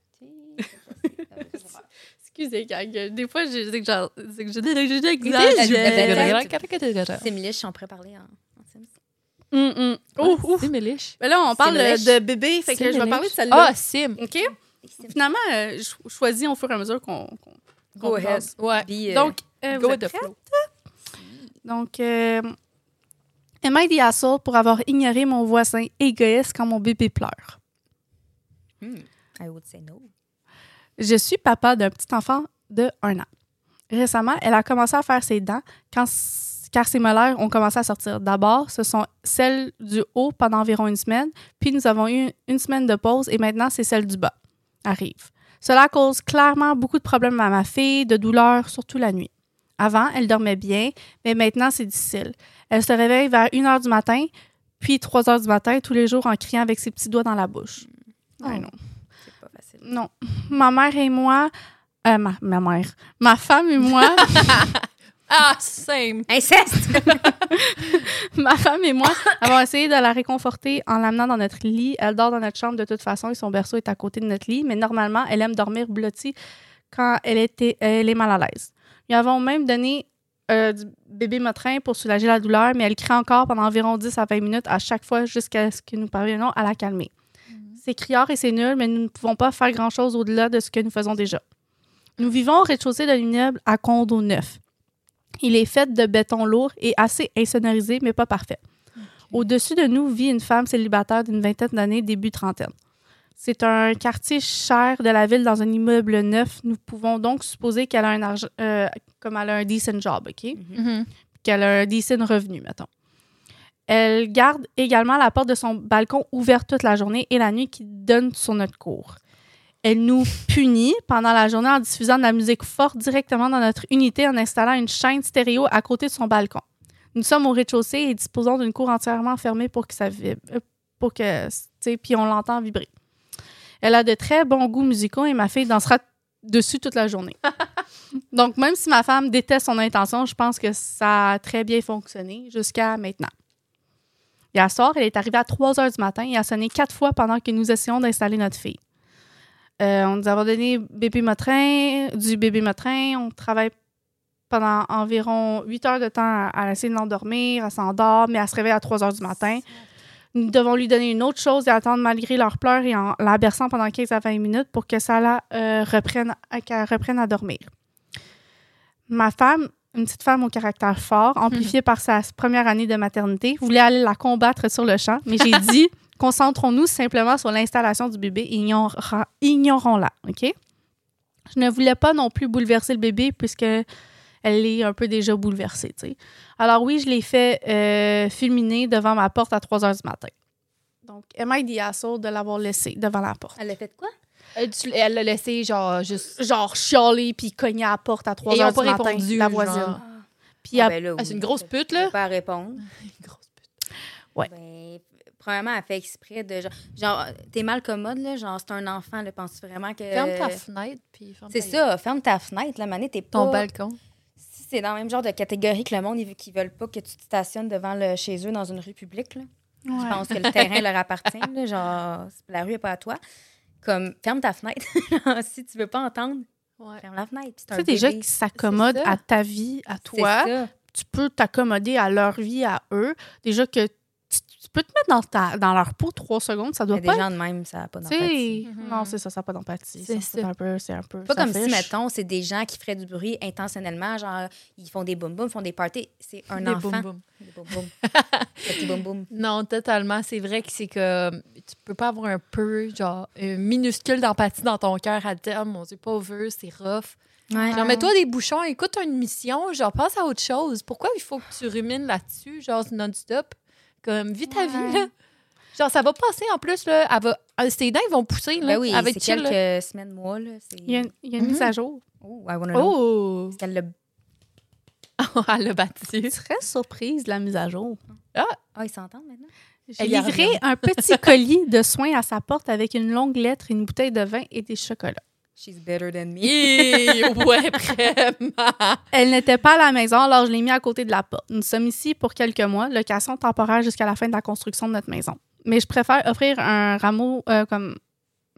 [SPEAKER 3] Excusez, gang. Des fois, je dis que j'en- c'est que j'ai des j'ai des exagères.
[SPEAKER 2] C'est
[SPEAKER 1] C'est Milish, on pourrait parler en, en Sims.
[SPEAKER 3] Hum, hum. Oh, oh.
[SPEAKER 2] Milish.
[SPEAKER 3] Mais là, on parle
[SPEAKER 1] C'est
[SPEAKER 3] euh,
[SPEAKER 1] lèche.
[SPEAKER 3] de bébé, fait que
[SPEAKER 2] C'est
[SPEAKER 3] je vais
[SPEAKER 2] lèche.
[SPEAKER 3] parler de
[SPEAKER 2] Ah,
[SPEAKER 3] celle-là.
[SPEAKER 2] Sim.
[SPEAKER 3] OK? Finalement, euh, je je choisis au fur et à mesure qu'on. qu'on-
[SPEAKER 1] Go
[SPEAKER 3] qu'on
[SPEAKER 1] ahead.
[SPEAKER 3] passe.
[SPEAKER 2] Ouais.
[SPEAKER 1] Puis, euh,
[SPEAKER 3] Donc, euh, vous
[SPEAKER 2] Go
[SPEAKER 3] êtes
[SPEAKER 2] with the
[SPEAKER 3] prêts?
[SPEAKER 2] flow.
[SPEAKER 3] Donc, euh, Am I the asshole pour avoir ignoré mon voisin égoïste quand mon bébé pleure?
[SPEAKER 1] I would say no.
[SPEAKER 3] Je suis papa d'un petit enfant de un an. Récemment, elle a commencé à faire ses dents quand, car ses molaires ont commencé à sortir. D'abord, ce sont celles du haut pendant environ une semaine, puis nous avons eu une semaine de pause et maintenant c'est celle du bas. Arrive. Cela cause clairement beaucoup de problèmes à ma fille, de douleurs, surtout la nuit. Avant, elle dormait bien, mais maintenant c'est difficile. Elle se réveille vers 1 h du matin, puis 3 h du matin tous les jours en criant avec ses petits doigts dans la bouche. Ah non.
[SPEAKER 1] C'est pas facile.
[SPEAKER 3] Non. Ma mère et moi. euh, ma, ma mère. Ma femme et moi.
[SPEAKER 2] Ah, Sim.
[SPEAKER 1] Inceste!
[SPEAKER 3] [laughs] ma femme et moi avons essayé de la réconforter en l'amenant dans notre lit. Elle dort dans notre chambre de toute façon et son berceau est à côté de notre lit, mais normalement, elle aime dormir blottie quand elle, était, elle est mal à l'aise. Nous avons même donné euh, du bébé motrin pour soulager la douleur, mais elle crie encore pendant environ 10 à 20 minutes à chaque fois jusqu'à ce que nous parvenions à la calmer. C'est criard et c'est nul, mais nous ne pouvons pas faire grand-chose au-delà de ce que nous faisons déjà. Nous vivons au rez-de-chaussée de l'immeuble à condo neuf. Il est fait de béton lourd et assez insonorisé, mais pas parfait. Au-dessus de nous vit une femme célibataire d'une vingtaine d'années, début trentaine. C'est un quartier cher de la ville dans un immeuble neuf. Nous pouvons donc supposer qu'elle a un argent, euh, comme elle a un decent job, OK?
[SPEAKER 1] Mhm.
[SPEAKER 2] Mhm.
[SPEAKER 3] qu'elle a un decent revenu, mettons. Elle garde également la porte de son balcon ouverte toute la journée et la nuit qui donne sur notre cour. Elle nous punit pendant la journée en diffusant de la musique forte directement dans notre unité en installant une chaîne stéréo à côté de son balcon. Nous sommes au rez-de-chaussée et disposons d'une cour entièrement fermée pour que ça vibre, euh, pour que, tu sais, puis on l'entend vibrer. Elle a de très bons goûts musicaux et ma fille dansera dessus toute la journée. Donc, même si ma femme déteste son intention, je pense que ça a très bien fonctionné jusqu'à maintenant. Hier soir, elle est arrivée à 3 heures du matin et a sonné quatre fois pendant que nous essayons d'installer notre fille. Euh, on nous a donné bébé motrin, du bébé motrin. On travaille pendant environ 8 heures de temps à, à essayer de l'endormir. Elle s'endort, mais elle se réveille à 3 heures du matin. Nous devons lui donner une autre chose et attendre malgré leurs pleurs et en la berçant pendant 15 à 20 minutes pour que ça la euh, reprenne, à- qu'elle reprenne à dormir. Ma femme, une petite femme au caractère fort, amplifiée par sa première année de maternité, voulait aller la combattre sur le champ, mais [laughs] j'ai dit concentrons-nous simplement sur l'installation du bébé et ignorera- ignorons-la, OK? Je ne voulais pas non plus bouleverser le bébé puisque elle est un peu déjà bouleversée, tu sais. Alors oui, je l'ai fait euh, fulminer devant ma porte à 3 heures du matin. Donc, Emma est assaut de l'avoir laissé devant la porte.
[SPEAKER 1] [laughs] Elle a fait quoi?
[SPEAKER 2] Elle tu- elle l'a laissé, genre, juste.
[SPEAKER 3] Genre chialer puis cogner à la porte à 3
[SPEAKER 2] Et ils
[SPEAKER 3] heures
[SPEAKER 2] ont pas
[SPEAKER 3] du matin,
[SPEAKER 2] répondu,
[SPEAKER 3] la voisine.
[SPEAKER 2] genre.
[SPEAKER 3] Puis elle-
[SPEAKER 1] ben là,
[SPEAKER 2] Ah, c'est
[SPEAKER 1] oui.
[SPEAKER 2] une grosse pute, là.
[SPEAKER 1] Faut Pas à répondre.
[SPEAKER 2] Grosse pute.
[SPEAKER 3] Ouais.
[SPEAKER 1] Ben, premièrement, elle fait exprès de genre, genre t'es mal commode, là, genre c'est un enfant, là, penses vraiment que.
[SPEAKER 2] Ferme ta fenêtre, puis ferme
[SPEAKER 1] C'est
[SPEAKER 2] ta-
[SPEAKER 1] ça, ferme ta fenêtre, la manée, t'es pas.
[SPEAKER 2] Ton balcon.
[SPEAKER 1] Si c'est dans le même genre de catégorie que le monde, ils qui veulent pas que tu te stationnes devant le, chez eux dans une rue publique, là.
[SPEAKER 3] Ouais.
[SPEAKER 1] Je pense que le
[SPEAKER 2] [laughs]
[SPEAKER 1] terrain leur appartient, là, genre la rue n'est pas à toi. Comme ferme ta fenêtre. [laughs] Genre, si tu veux pas entendre,
[SPEAKER 2] Ouais.
[SPEAKER 1] ferme la fenêtre. Puis c'est
[SPEAKER 3] Tu
[SPEAKER 1] un
[SPEAKER 3] sais, déjà
[SPEAKER 1] bébé.
[SPEAKER 3] qu'ils s'accommodent
[SPEAKER 2] C'est ça.
[SPEAKER 3] à ta vie, à
[SPEAKER 1] C'est
[SPEAKER 3] toi.
[SPEAKER 1] ça.
[SPEAKER 3] Tu peux t'accommoder à leur vie, à eux. Déjà que tu, tu peux te mettre dans, ta, dans leur peau trois secondes, ça
[SPEAKER 1] Il
[SPEAKER 3] doit
[SPEAKER 1] y a
[SPEAKER 3] pas
[SPEAKER 1] des gens de même, ça n'a pas
[SPEAKER 3] être-
[SPEAKER 1] d'empathie.
[SPEAKER 3] tu sais,
[SPEAKER 2] Mhm.
[SPEAKER 3] Non, c'est ça, ça n'a pas d'empathie.
[SPEAKER 2] C'est
[SPEAKER 3] ça, C'est
[SPEAKER 2] ça.
[SPEAKER 3] un peu. C'est un peu
[SPEAKER 1] Pas comme si,
[SPEAKER 3] selfish.
[SPEAKER 1] mettons, c'est des gens qui feraient du bruit intentionnellement, genre, ils font des boum-boum, font des parties. C'est un
[SPEAKER 2] Des
[SPEAKER 1] enfant.
[SPEAKER 2] boum-boum.
[SPEAKER 1] Des boum-boum. Petit boum-boum.
[SPEAKER 2] Non, totalement. C'est vrai que c'est que tu peux pas avoir un peu, genre, une minuscule d'empathie dans ton cœur à te dire, oh mon Dieu, pauvre, c'est rough.
[SPEAKER 1] Ouais.
[SPEAKER 2] Genre, mets-toi des bouchons, écoute une mission, genre, pense à autre chose. Pourquoi il faut que tu rumines là-dessus, genre, non-stop? Comme, vis ta
[SPEAKER 3] Ouais.
[SPEAKER 2] vie, là. Genre, ça va passer en plus, là. Elle va... euh, Ses dents, ils vont pousser, là.
[SPEAKER 1] Ben oui,
[SPEAKER 2] avec
[SPEAKER 1] c'est
[SPEAKER 2] chill, là.
[SPEAKER 1] quelques semaines, mois, là. c'est-
[SPEAKER 3] Il y a une, il y a une
[SPEAKER 2] Mhm.
[SPEAKER 3] mise à jour.
[SPEAKER 1] Oh, I wanna know.
[SPEAKER 2] Oh!
[SPEAKER 1] Parce qu'elle l'a-
[SPEAKER 2] [laughs] Elle l'a battu.
[SPEAKER 3] Très surprise de la mise à jour.
[SPEAKER 1] Ah, ils s'entendent maintenant?
[SPEAKER 3] J'ai
[SPEAKER 2] Elle y
[SPEAKER 3] livré
[SPEAKER 2] revient.
[SPEAKER 3] un
[SPEAKER 1] [laughs]
[SPEAKER 3] petit colis de soins à sa porte avec une longue lettre, une bouteille de vin et des chocolats.
[SPEAKER 1] She's better than me.
[SPEAKER 2] Yeah, ouais, vraiment.
[SPEAKER 3] Elle n'était pas à la maison, alors je l'ai mis à côté de la porte. Nous sommes ici pour quelques mois, location temporaire jusqu'à la fin de la construction de notre maison. Mais je préfère offrir un rameau euh, comme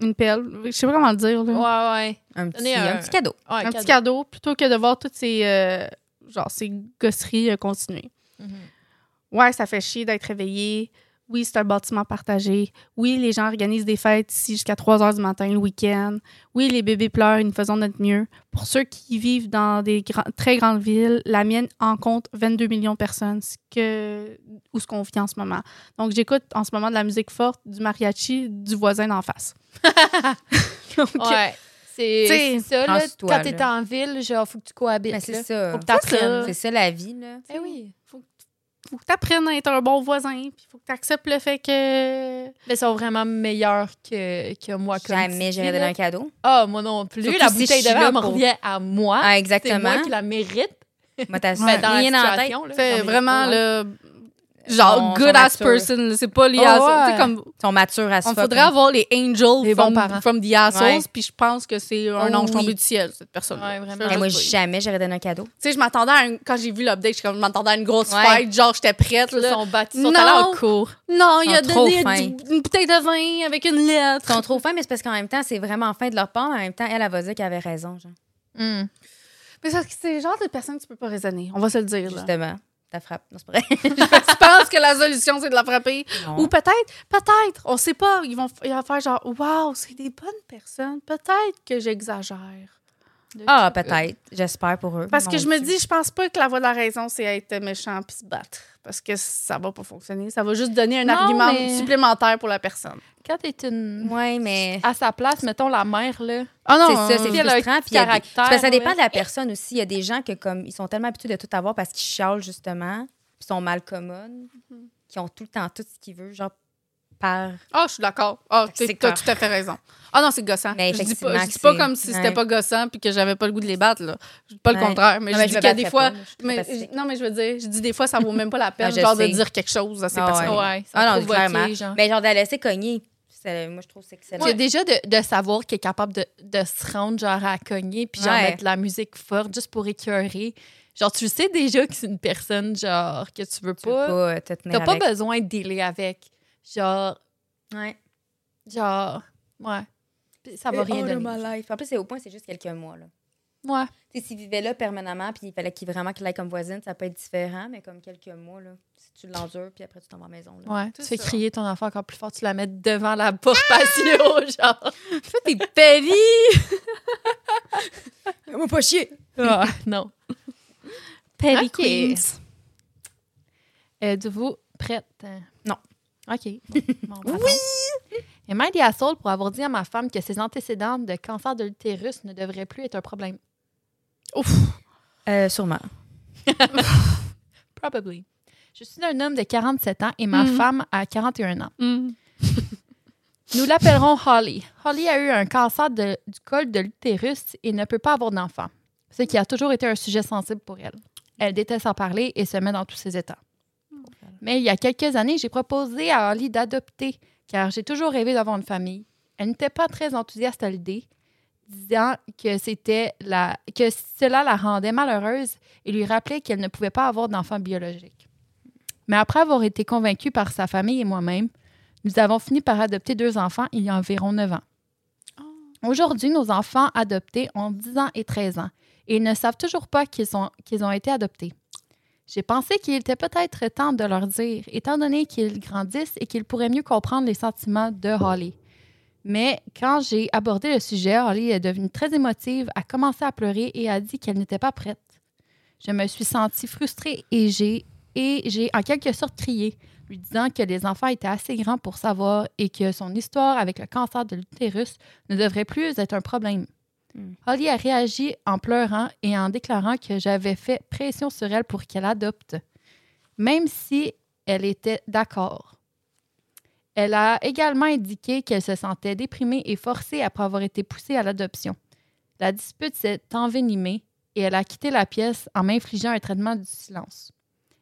[SPEAKER 3] une pelle, je sais pas comment le dire, là.
[SPEAKER 2] Ouais, ouais.
[SPEAKER 1] [laughs] Un petit,
[SPEAKER 2] Donnez un-
[SPEAKER 1] un petit cadeau.
[SPEAKER 2] Ouais,
[SPEAKER 3] un petit cadeau plutôt que de voir toutes ces euh, genre ces gosseries euh, continuer.
[SPEAKER 2] Mhm.
[SPEAKER 3] Ouais, ça fait chier d'être réveillé. Oui, c'est un bâtiment partagé. Oui, les gens organisent des fêtes ici jusqu'à 3 heures du matin le week-end. Oui, les bébés pleurent et nous faisons notre mieux. Pour ceux qui vivent dans des gra- très grandes villes, la mienne en compte 22 millions de personnes, ce que, où ce qu'on vit en ce moment. Donc, j'écoute en ce moment de la musique forte, du mariachi, du voisin d'en face. [laughs] Donc,
[SPEAKER 2] Ouais. C'est
[SPEAKER 3] T'sais,
[SPEAKER 2] c'est ça, là.
[SPEAKER 1] pense-toi,
[SPEAKER 2] quand t'es
[SPEAKER 1] là.
[SPEAKER 2] en ville, genre, faut que tu cohabites.
[SPEAKER 1] Mais c'est
[SPEAKER 2] là.
[SPEAKER 1] ça.
[SPEAKER 2] Faut que t'apprennes.
[SPEAKER 3] ça.
[SPEAKER 1] C'est ça, la vie, là.
[SPEAKER 2] Eh oui.
[SPEAKER 3] faut que tu apprennes à être un bon voisin, puis faut que tu acceptes le fait que.
[SPEAKER 2] Mais ils sont vraiment meilleurs que, que moi. Comme
[SPEAKER 1] Jamais
[SPEAKER 2] tu
[SPEAKER 1] j'aurais
[SPEAKER 2] dis,
[SPEAKER 1] donné
[SPEAKER 2] là.
[SPEAKER 1] un cadeau.
[SPEAKER 2] Ah, moi non plus.
[SPEAKER 1] Surtout
[SPEAKER 2] la
[SPEAKER 1] si
[SPEAKER 2] bouteille
[SPEAKER 1] je
[SPEAKER 2] de
[SPEAKER 1] suis
[SPEAKER 2] vin
[SPEAKER 1] là
[SPEAKER 2] me
[SPEAKER 1] pour-
[SPEAKER 2] revient à moi.
[SPEAKER 1] Ah,
[SPEAKER 2] c'est
[SPEAKER 1] exactement.
[SPEAKER 2] moi qui la mérite.
[SPEAKER 1] Moi, t'as
[SPEAKER 2] Mais dans la
[SPEAKER 1] rien en tête.
[SPEAKER 2] situation, là.
[SPEAKER 3] Fait
[SPEAKER 1] Non, mais-
[SPEAKER 3] vraiment
[SPEAKER 1] ouais.
[SPEAKER 3] le genre
[SPEAKER 1] Sont-
[SPEAKER 3] good
[SPEAKER 1] sont
[SPEAKER 3] ass
[SPEAKER 1] matures.
[SPEAKER 3] person, là, c'est pas lié
[SPEAKER 2] Oh,
[SPEAKER 3] à ça.
[SPEAKER 2] ouais.
[SPEAKER 3] Tu sais, comme
[SPEAKER 1] Ils sont matures à ce
[SPEAKER 3] on faudrait avoir les angels
[SPEAKER 2] Les bons
[SPEAKER 3] from,
[SPEAKER 2] parents.
[SPEAKER 3] from the assholes,
[SPEAKER 1] Ouais.
[SPEAKER 3] puis je pense que c'est un
[SPEAKER 1] Oh
[SPEAKER 3] ange tombé
[SPEAKER 1] oui.
[SPEAKER 3] du ciel cette personne.
[SPEAKER 2] Ouais, vraiment.
[SPEAKER 1] Mais moi, jamais j'aurais donné un cadeau.
[SPEAKER 3] Tu sais, je m'attendais à un- quand j'ai vu l'update, je comme- je m'attendais à une grosse
[SPEAKER 1] Ouais.
[SPEAKER 3] fête, genre j'étais prête
[SPEAKER 2] Ils
[SPEAKER 3] là.
[SPEAKER 2] sont battus, ils sont
[SPEAKER 3] Non.
[SPEAKER 2] allés en cours.
[SPEAKER 3] Non, il
[SPEAKER 1] Ils
[SPEAKER 3] a
[SPEAKER 1] sont trop
[SPEAKER 3] donné
[SPEAKER 1] fins.
[SPEAKER 3] du- une bouteille de vin avec une lettre.
[SPEAKER 1] Ils sont trop fins, mais c'est parce qu'en même temps, c'est vraiment fin de leur part. mais En même temps, elle, elle va dire qu'elle avait raison, genre. Hmm.
[SPEAKER 3] Mais c'est parce que c'est le genre de personne que tu peux pas raisonner. On va se le dire [laughs] là.
[SPEAKER 1] Justement, ta frappe. Non, c'est pas vrai.
[SPEAKER 3] tu penses que la solution c'est de la frapper
[SPEAKER 1] [laughs] Non.
[SPEAKER 3] Ou peut-être, peut-être, on sait pas, ils vont, f- ils vont faire genre, waouh, c'est des bonnes personnes, peut-être que j'exagère.
[SPEAKER 1] Ah, peut-être. J'espère pour eux.
[SPEAKER 3] Parce
[SPEAKER 1] Mon
[SPEAKER 3] que je me
[SPEAKER 1] Dieu.
[SPEAKER 3] dis, je pense pas que la voie de la raison, c'est être méchant puis se battre. Parce que ça va pas fonctionner. Ça va juste donner un
[SPEAKER 2] Non,
[SPEAKER 3] argument
[SPEAKER 2] mais-
[SPEAKER 3] supplémentaire pour la personne.
[SPEAKER 2] Quand t'es une...
[SPEAKER 1] Ouais, mais.
[SPEAKER 2] à sa place, mettons la mère, là.
[SPEAKER 3] Ah non,
[SPEAKER 1] C'est ça, c'est
[SPEAKER 2] Puis elle a un
[SPEAKER 1] frustrant.
[SPEAKER 2] petit
[SPEAKER 1] Puis il y a des-
[SPEAKER 2] caractère,
[SPEAKER 1] c'est parce que ça dépend
[SPEAKER 2] là.
[SPEAKER 1] de la personne aussi. Il y a des
[SPEAKER 2] Mm-hmm.
[SPEAKER 1] gens que comme ils sont tellement habitués de tout avoir parce qu'ils chialent justement, puis sont mal commodes, qui ont tout le temps tout ce qu'ils veulent, genre par.
[SPEAKER 3] Ah, je suis d'accord. Ah,
[SPEAKER 1] Fait que
[SPEAKER 3] t'es-
[SPEAKER 1] Ben, c'est
[SPEAKER 3] t'as
[SPEAKER 1] clair.
[SPEAKER 3] tout à fait raison. Ah non, c'est gossant.
[SPEAKER 1] Mais
[SPEAKER 3] je dis
[SPEAKER 1] effectivement
[SPEAKER 3] pas, je
[SPEAKER 1] que
[SPEAKER 3] dis pas
[SPEAKER 1] c'est-
[SPEAKER 3] comme si c'était
[SPEAKER 1] ouais.
[SPEAKER 3] pas gossant puis que j'avais pas le goût de les battre, là. Je dis pas le
[SPEAKER 1] Ouais.
[SPEAKER 3] contraire, mais
[SPEAKER 1] Non,
[SPEAKER 3] je
[SPEAKER 1] mais
[SPEAKER 3] dis
[SPEAKER 1] me
[SPEAKER 3] qu'à des
[SPEAKER 1] battrais
[SPEAKER 3] fois...
[SPEAKER 1] pas, je suis trop
[SPEAKER 3] mais-
[SPEAKER 1] pacifique.
[SPEAKER 3] non, mais je veux dire, je dis des fois, ça vaut même pas
[SPEAKER 1] [laughs]
[SPEAKER 3] la peine
[SPEAKER 1] Ah, je
[SPEAKER 3] genre de
[SPEAKER 1] sais.
[SPEAKER 3] dire quelque chose à ces
[SPEAKER 1] Ah,
[SPEAKER 3] personnes.
[SPEAKER 1] ouais.
[SPEAKER 2] Ouais, ça
[SPEAKER 1] Ah non,
[SPEAKER 2] provoquait,
[SPEAKER 1] clairement.
[SPEAKER 2] genre.
[SPEAKER 1] Mais genre de la laisser cogner, c'est- moi je trouve que c'est excellent.
[SPEAKER 2] Puis déjà de, de savoir qu'il est capable de, de se rendre genre à cogner puis genre
[SPEAKER 1] Ouais.
[SPEAKER 2] mettre de la musique forte juste pour écœurer. Genre tu sais déjà que c'est une personne genre que tu veux
[SPEAKER 1] Tu veux
[SPEAKER 2] pas.
[SPEAKER 1] pas euh, te tenir
[SPEAKER 2] T'as pas
[SPEAKER 1] avec.
[SPEAKER 2] besoin de dealer avec. Genre
[SPEAKER 1] Ouais.
[SPEAKER 2] genre ouais. Puis Ça va
[SPEAKER 1] All
[SPEAKER 2] rien
[SPEAKER 1] of
[SPEAKER 2] donner.
[SPEAKER 1] my life. En plus, c'est au point, c'est juste quelques mois. Là.
[SPEAKER 2] Ouais.
[SPEAKER 1] Tu sais, S'il vivait là permanemment, puis il fallait qu'il vraiment qu'il aille comme voisine, ça peut être différent, mais comme quelques mois, là, si tu l'endures, puis après tu t'en vas à la maison. Là.
[SPEAKER 2] Ouais, tu
[SPEAKER 3] C'est
[SPEAKER 2] fais
[SPEAKER 3] ça.
[SPEAKER 2] crier ton enfant encore plus fort, tu la mets devant la porte patio, [laughs] genre.
[SPEAKER 1] T'es péri! Moi, pas chier!
[SPEAKER 2] Ah, [laughs] non. Ah,
[SPEAKER 3] Perry
[SPEAKER 2] Ok.
[SPEAKER 3] Queens.
[SPEAKER 2] Êtes-vous prête?
[SPEAKER 1] Non.
[SPEAKER 2] OK. Bon, bon, attends. Et Mindy Assault pour avoir dit à ma femme que ses antécédents de cancer de l'utérus ne devraient plus être un problème.
[SPEAKER 1] Euh, sûrement.
[SPEAKER 2] Probably. Je suis un homme de 47 ans et ma
[SPEAKER 3] Mhm.
[SPEAKER 2] femme a 41 ans.
[SPEAKER 3] Mm.
[SPEAKER 2] Nous l'appellerons Holly. Holly a eu un cancer de- du col de l'utérus et ne peut pas avoir d'enfant, ce qui a toujours été un sujet sensible pour elle. Elle déteste en parler et se met dans tous ses états. Mais il y a quelques années, j'ai proposé à Holly d'adopter, car j'ai toujours rêvé d'avoir une famille. Elle n'était pas très enthousiaste à l'idée, disant que c'était la que cela la rendait malheureuse et lui rappelait qu'elle ne pouvait pas avoir d'enfant biologique. Mais après avoir été convaincue par sa famille et moi-même, nous avons fini par adopter deux enfants il y a environ 9 ans. Aujourd'hui, nos enfants adoptés ont 10 ans et 13 ans et ils ne savent toujours pas qu'ils sont- qu'ils ont été adoptés. J'ai pensé qu'il était peut-être temps de leur dire, étant donné qu'ils grandissent et qu'ils pourraient mieux comprendre les sentiments de Holly. Mais quand j'ai abordé le sujet, Holly est devenue très émotive, a commencé à pleurer et a dit qu'elle n'était pas prête. Je me suis sentie frustrée et j'ai et j'ai en quelque sorte crié, lui disant que les enfants étaient assez grands pour savoir et que son histoire avec le cancer de l'utérus ne devrait plus être un problème.
[SPEAKER 1] Mm.
[SPEAKER 2] Holly a réagi en pleurant et en déclarant que j'avais fait pression sur elle pour qu'elle adopte, même si elle était d'accord. Elle a également indiqué qu'elle se sentait déprimée et forcée après avoir été poussée à l'adoption. La dispute s'est envenimée et elle a quitté la pièce en m'infligeant un traitement du silence.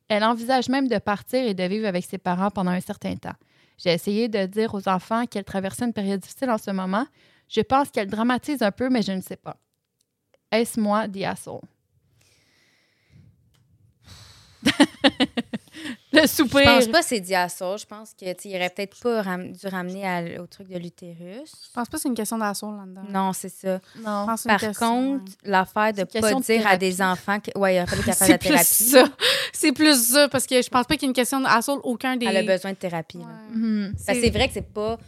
[SPEAKER 2] Elle envisage même de partir et de vivre avec ses parents pendant un certain temps. J'ai essayé de dire aux enfants qu'elle traversait une période difficile en ce moment. Je pense qu'elle dramatise un peu, mais je ne sais pas. Est-ce moi, The asshole? Le soupir.
[SPEAKER 1] Je pense pas que c'est dit à ça. Je pense que tu sais, il aurait peut-être pas ram- dû ramener à l- au truc de l'utérus.
[SPEAKER 3] Je pense pas que c'est une question d'assaut là-dedans.
[SPEAKER 1] Non, c'est ça.
[SPEAKER 2] Non.
[SPEAKER 3] Je pense que Ah. c'est une
[SPEAKER 1] Par
[SPEAKER 3] question,
[SPEAKER 1] contre,
[SPEAKER 3] ouais.
[SPEAKER 1] l'affaire de
[SPEAKER 2] C'est une
[SPEAKER 1] pas
[SPEAKER 2] question de
[SPEAKER 1] dire à des enfants que ouais, il aurait
[SPEAKER 3] [laughs]
[SPEAKER 1] fallu qu'elle fasse de
[SPEAKER 3] c'est
[SPEAKER 1] la
[SPEAKER 3] plus
[SPEAKER 1] thérapie.
[SPEAKER 3] ça. C'est plus ça parce que je pense pas qu'il y ait une question d'assaut aucun des
[SPEAKER 1] Elle a besoin de thérapie. là.
[SPEAKER 3] Ouais.
[SPEAKER 2] Mhm.
[SPEAKER 1] Parce que c'est vrai que c'est pas. Tu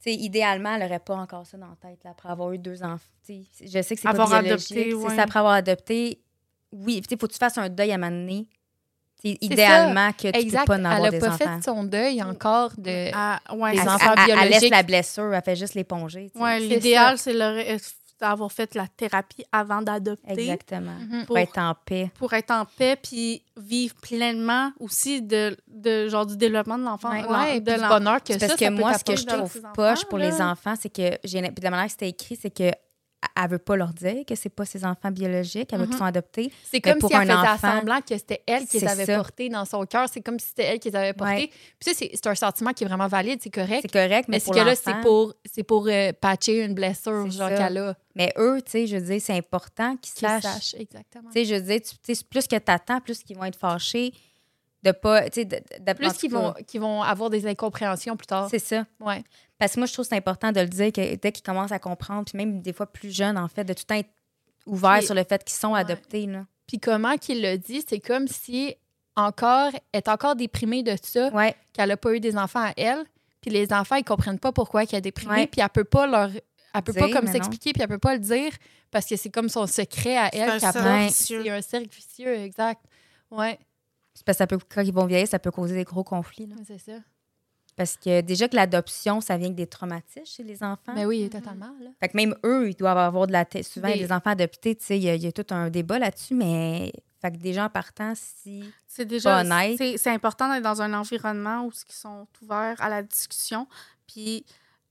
[SPEAKER 1] sais, idéalement, elle n'aurait pas encore ça dans la tête là, après avoir eu deux enfants. Tu sais, Je sais que c'est pas
[SPEAKER 3] Avoir
[SPEAKER 1] biologique.
[SPEAKER 3] adopté,
[SPEAKER 1] C'est
[SPEAKER 3] ouais.
[SPEAKER 1] ça, après avoir adopté, oui, il faut que tu fasses un deuil à un moment donné. Tu sais,
[SPEAKER 2] ça.
[SPEAKER 1] idéalement, que tu
[SPEAKER 2] Exact.
[SPEAKER 1] peux pas en
[SPEAKER 2] elle
[SPEAKER 1] avoir
[SPEAKER 2] a
[SPEAKER 1] des
[SPEAKER 2] pas
[SPEAKER 1] enfants.
[SPEAKER 2] fait son deuil encore de.
[SPEAKER 3] Ah, Mm. ouais,
[SPEAKER 2] des
[SPEAKER 3] c'est
[SPEAKER 1] Elle- elle-
[SPEAKER 2] enfants
[SPEAKER 1] elle- Elle laisse
[SPEAKER 2] biologiques.
[SPEAKER 1] la blessure, elle fait juste l'éponger. tu sais.
[SPEAKER 3] Ouais,
[SPEAKER 2] C'est
[SPEAKER 3] l'idéal, c'est le- d'avoir fait la thérapie avant d'adopter
[SPEAKER 1] Exactement.
[SPEAKER 2] Mhm.
[SPEAKER 1] Pour être en paix.
[SPEAKER 3] pour être en paix puis vivre pleinement aussi de, de genre du développement de l'enfant.
[SPEAKER 1] Ouais.
[SPEAKER 3] de l'en-
[SPEAKER 2] Ouais,
[SPEAKER 3] de
[SPEAKER 2] puis le
[SPEAKER 3] l'en-
[SPEAKER 2] bonheur que
[SPEAKER 1] C'est
[SPEAKER 2] ça,
[SPEAKER 1] parce
[SPEAKER 2] ça
[SPEAKER 1] que
[SPEAKER 2] peut
[SPEAKER 1] moi, ce que je
[SPEAKER 2] t'apporter.
[SPEAKER 1] trouve
[SPEAKER 3] dans ses
[SPEAKER 1] poche
[SPEAKER 3] enfants,
[SPEAKER 1] pour
[SPEAKER 3] là.
[SPEAKER 1] les enfants, c'est que j'ai l'im- puis de la manière que c'était écrit, c'est que elle veut pas leur dire que c'est pas ses enfants biologiques, elle veut
[SPEAKER 3] Mhm.
[SPEAKER 2] Mm-hmm.
[SPEAKER 1] qu'ils sont adoptés.
[SPEAKER 2] C'est
[SPEAKER 1] Mais
[SPEAKER 2] comme
[SPEAKER 1] pour
[SPEAKER 2] si elle
[SPEAKER 1] un
[SPEAKER 2] faisait
[SPEAKER 1] enfant,
[SPEAKER 2] semblant que c'était elle qui les
[SPEAKER 1] c'est
[SPEAKER 2] avait
[SPEAKER 1] ça.
[SPEAKER 2] portés dans son cœur. C'est comme si c'était elle qui les avait portés.
[SPEAKER 1] Ouais.
[SPEAKER 2] Puis ça, c'est c'est un sentiment qui est vraiment valide, c'est correct.
[SPEAKER 1] C'est correct, mais
[SPEAKER 2] Mais c'est
[SPEAKER 1] pour
[SPEAKER 2] que là,
[SPEAKER 1] l'enfant-
[SPEAKER 2] c'est pour, c'est pour euh, patcher une blessure
[SPEAKER 1] C'est
[SPEAKER 2] genre
[SPEAKER 1] ça.
[SPEAKER 2] qu'elle a.
[SPEAKER 1] Mais eux, tu sais, je veux dire, c'est important qu'ils
[SPEAKER 2] Qu'ils
[SPEAKER 1] sachent.
[SPEAKER 2] sachent, exactement.
[SPEAKER 1] Tu sais, je veux dire, tu- tu sais, plus que t'attends, plus qu'ils vont être fâchés de pas, tu sais, de- de- de- en
[SPEAKER 2] Plus
[SPEAKER 1] tout
[SPEAKER 2] qu'ils
[SPEAKER 1] cas,
[SPEAKER 2] vont, Ah. qu'ils vont avoir des incompréhensions plus tard.
[SPEAKER 1] C'est ça.
[SPEAKER 2] Ouais.
[SPEAKER 1] Parce que moi, je trouve que c'est important de le dire que dès qu'ils commencent à comprendre, puis même des fois plus jeunes, en fait, de tout le temps être ouverts
[SPEAKER 2] Puis-
[SPEAKER 1] sur le fait qu'ils sont
[SPEAKER 2] Ouais.
[SPEAKER 1] adoptés. Là.
[SPEAKER 2] Puis comment qu'il le dit, c'est comme si encore, elle est encore déprimée de ça,
[SPEAKER 1] Ouais,
[SPEAKER 2] qu'elle n'a pas eu des enfants à elle. Puis les enfants, ils comprennent pas pourquoi elle est déprimée.
[SPEAKER 1] Ouais.
[SPEAKER 2] Puis elle peut pas leur. Elle peut pas
[SPEAKER 1] Dire,
[SPEAKER 2] comme
[SPEAKER 1] mais non.
[SPEAKER 2] s'expliquer, puis elle peut pas le dire parce que c'est comme son secret à
[SPEAKER 3] un
[SPEAKER 2] elle qu'elle
[SPEAKER 3] cercle
[SPEAKER 2] porte.
[SPEAKER 3] vicieux.
[SPEAKER 2] C'est un cercle vicieux, exact. Ouais,
[SPEAKER 1] C'est parce que ça peut, quand ils vont vieillir, ça peut causer des gros conflits. là.
[SPEAKER 2] c'est ça.
[SPEAKER 1] Parce que déjà que l'adoption, ça vient avec des traumatismes chez les enfants.
[SPEAKER 2] Mais oui,
[SPEAKER 3] Mhm.
[SPEAKER 2] totalement. Là.
[SPEAKER 1] Fait que même eux, ils doivent avoir de la tête. Souvent,
[SPEAKER 2] Des-
[SPEAKER 1] les enfants adoptés, tu sais, il y, a- il y a tout un débat là-dessus, mais Fait que déjà en partant, si.
[SPEAKER 3] C'est déjà
[SPEAKER 1] Pas honnête.
[SPEAKER 3] c'est c'est important d'être dans un environnement où ils sont ouverts à la discussion. Puis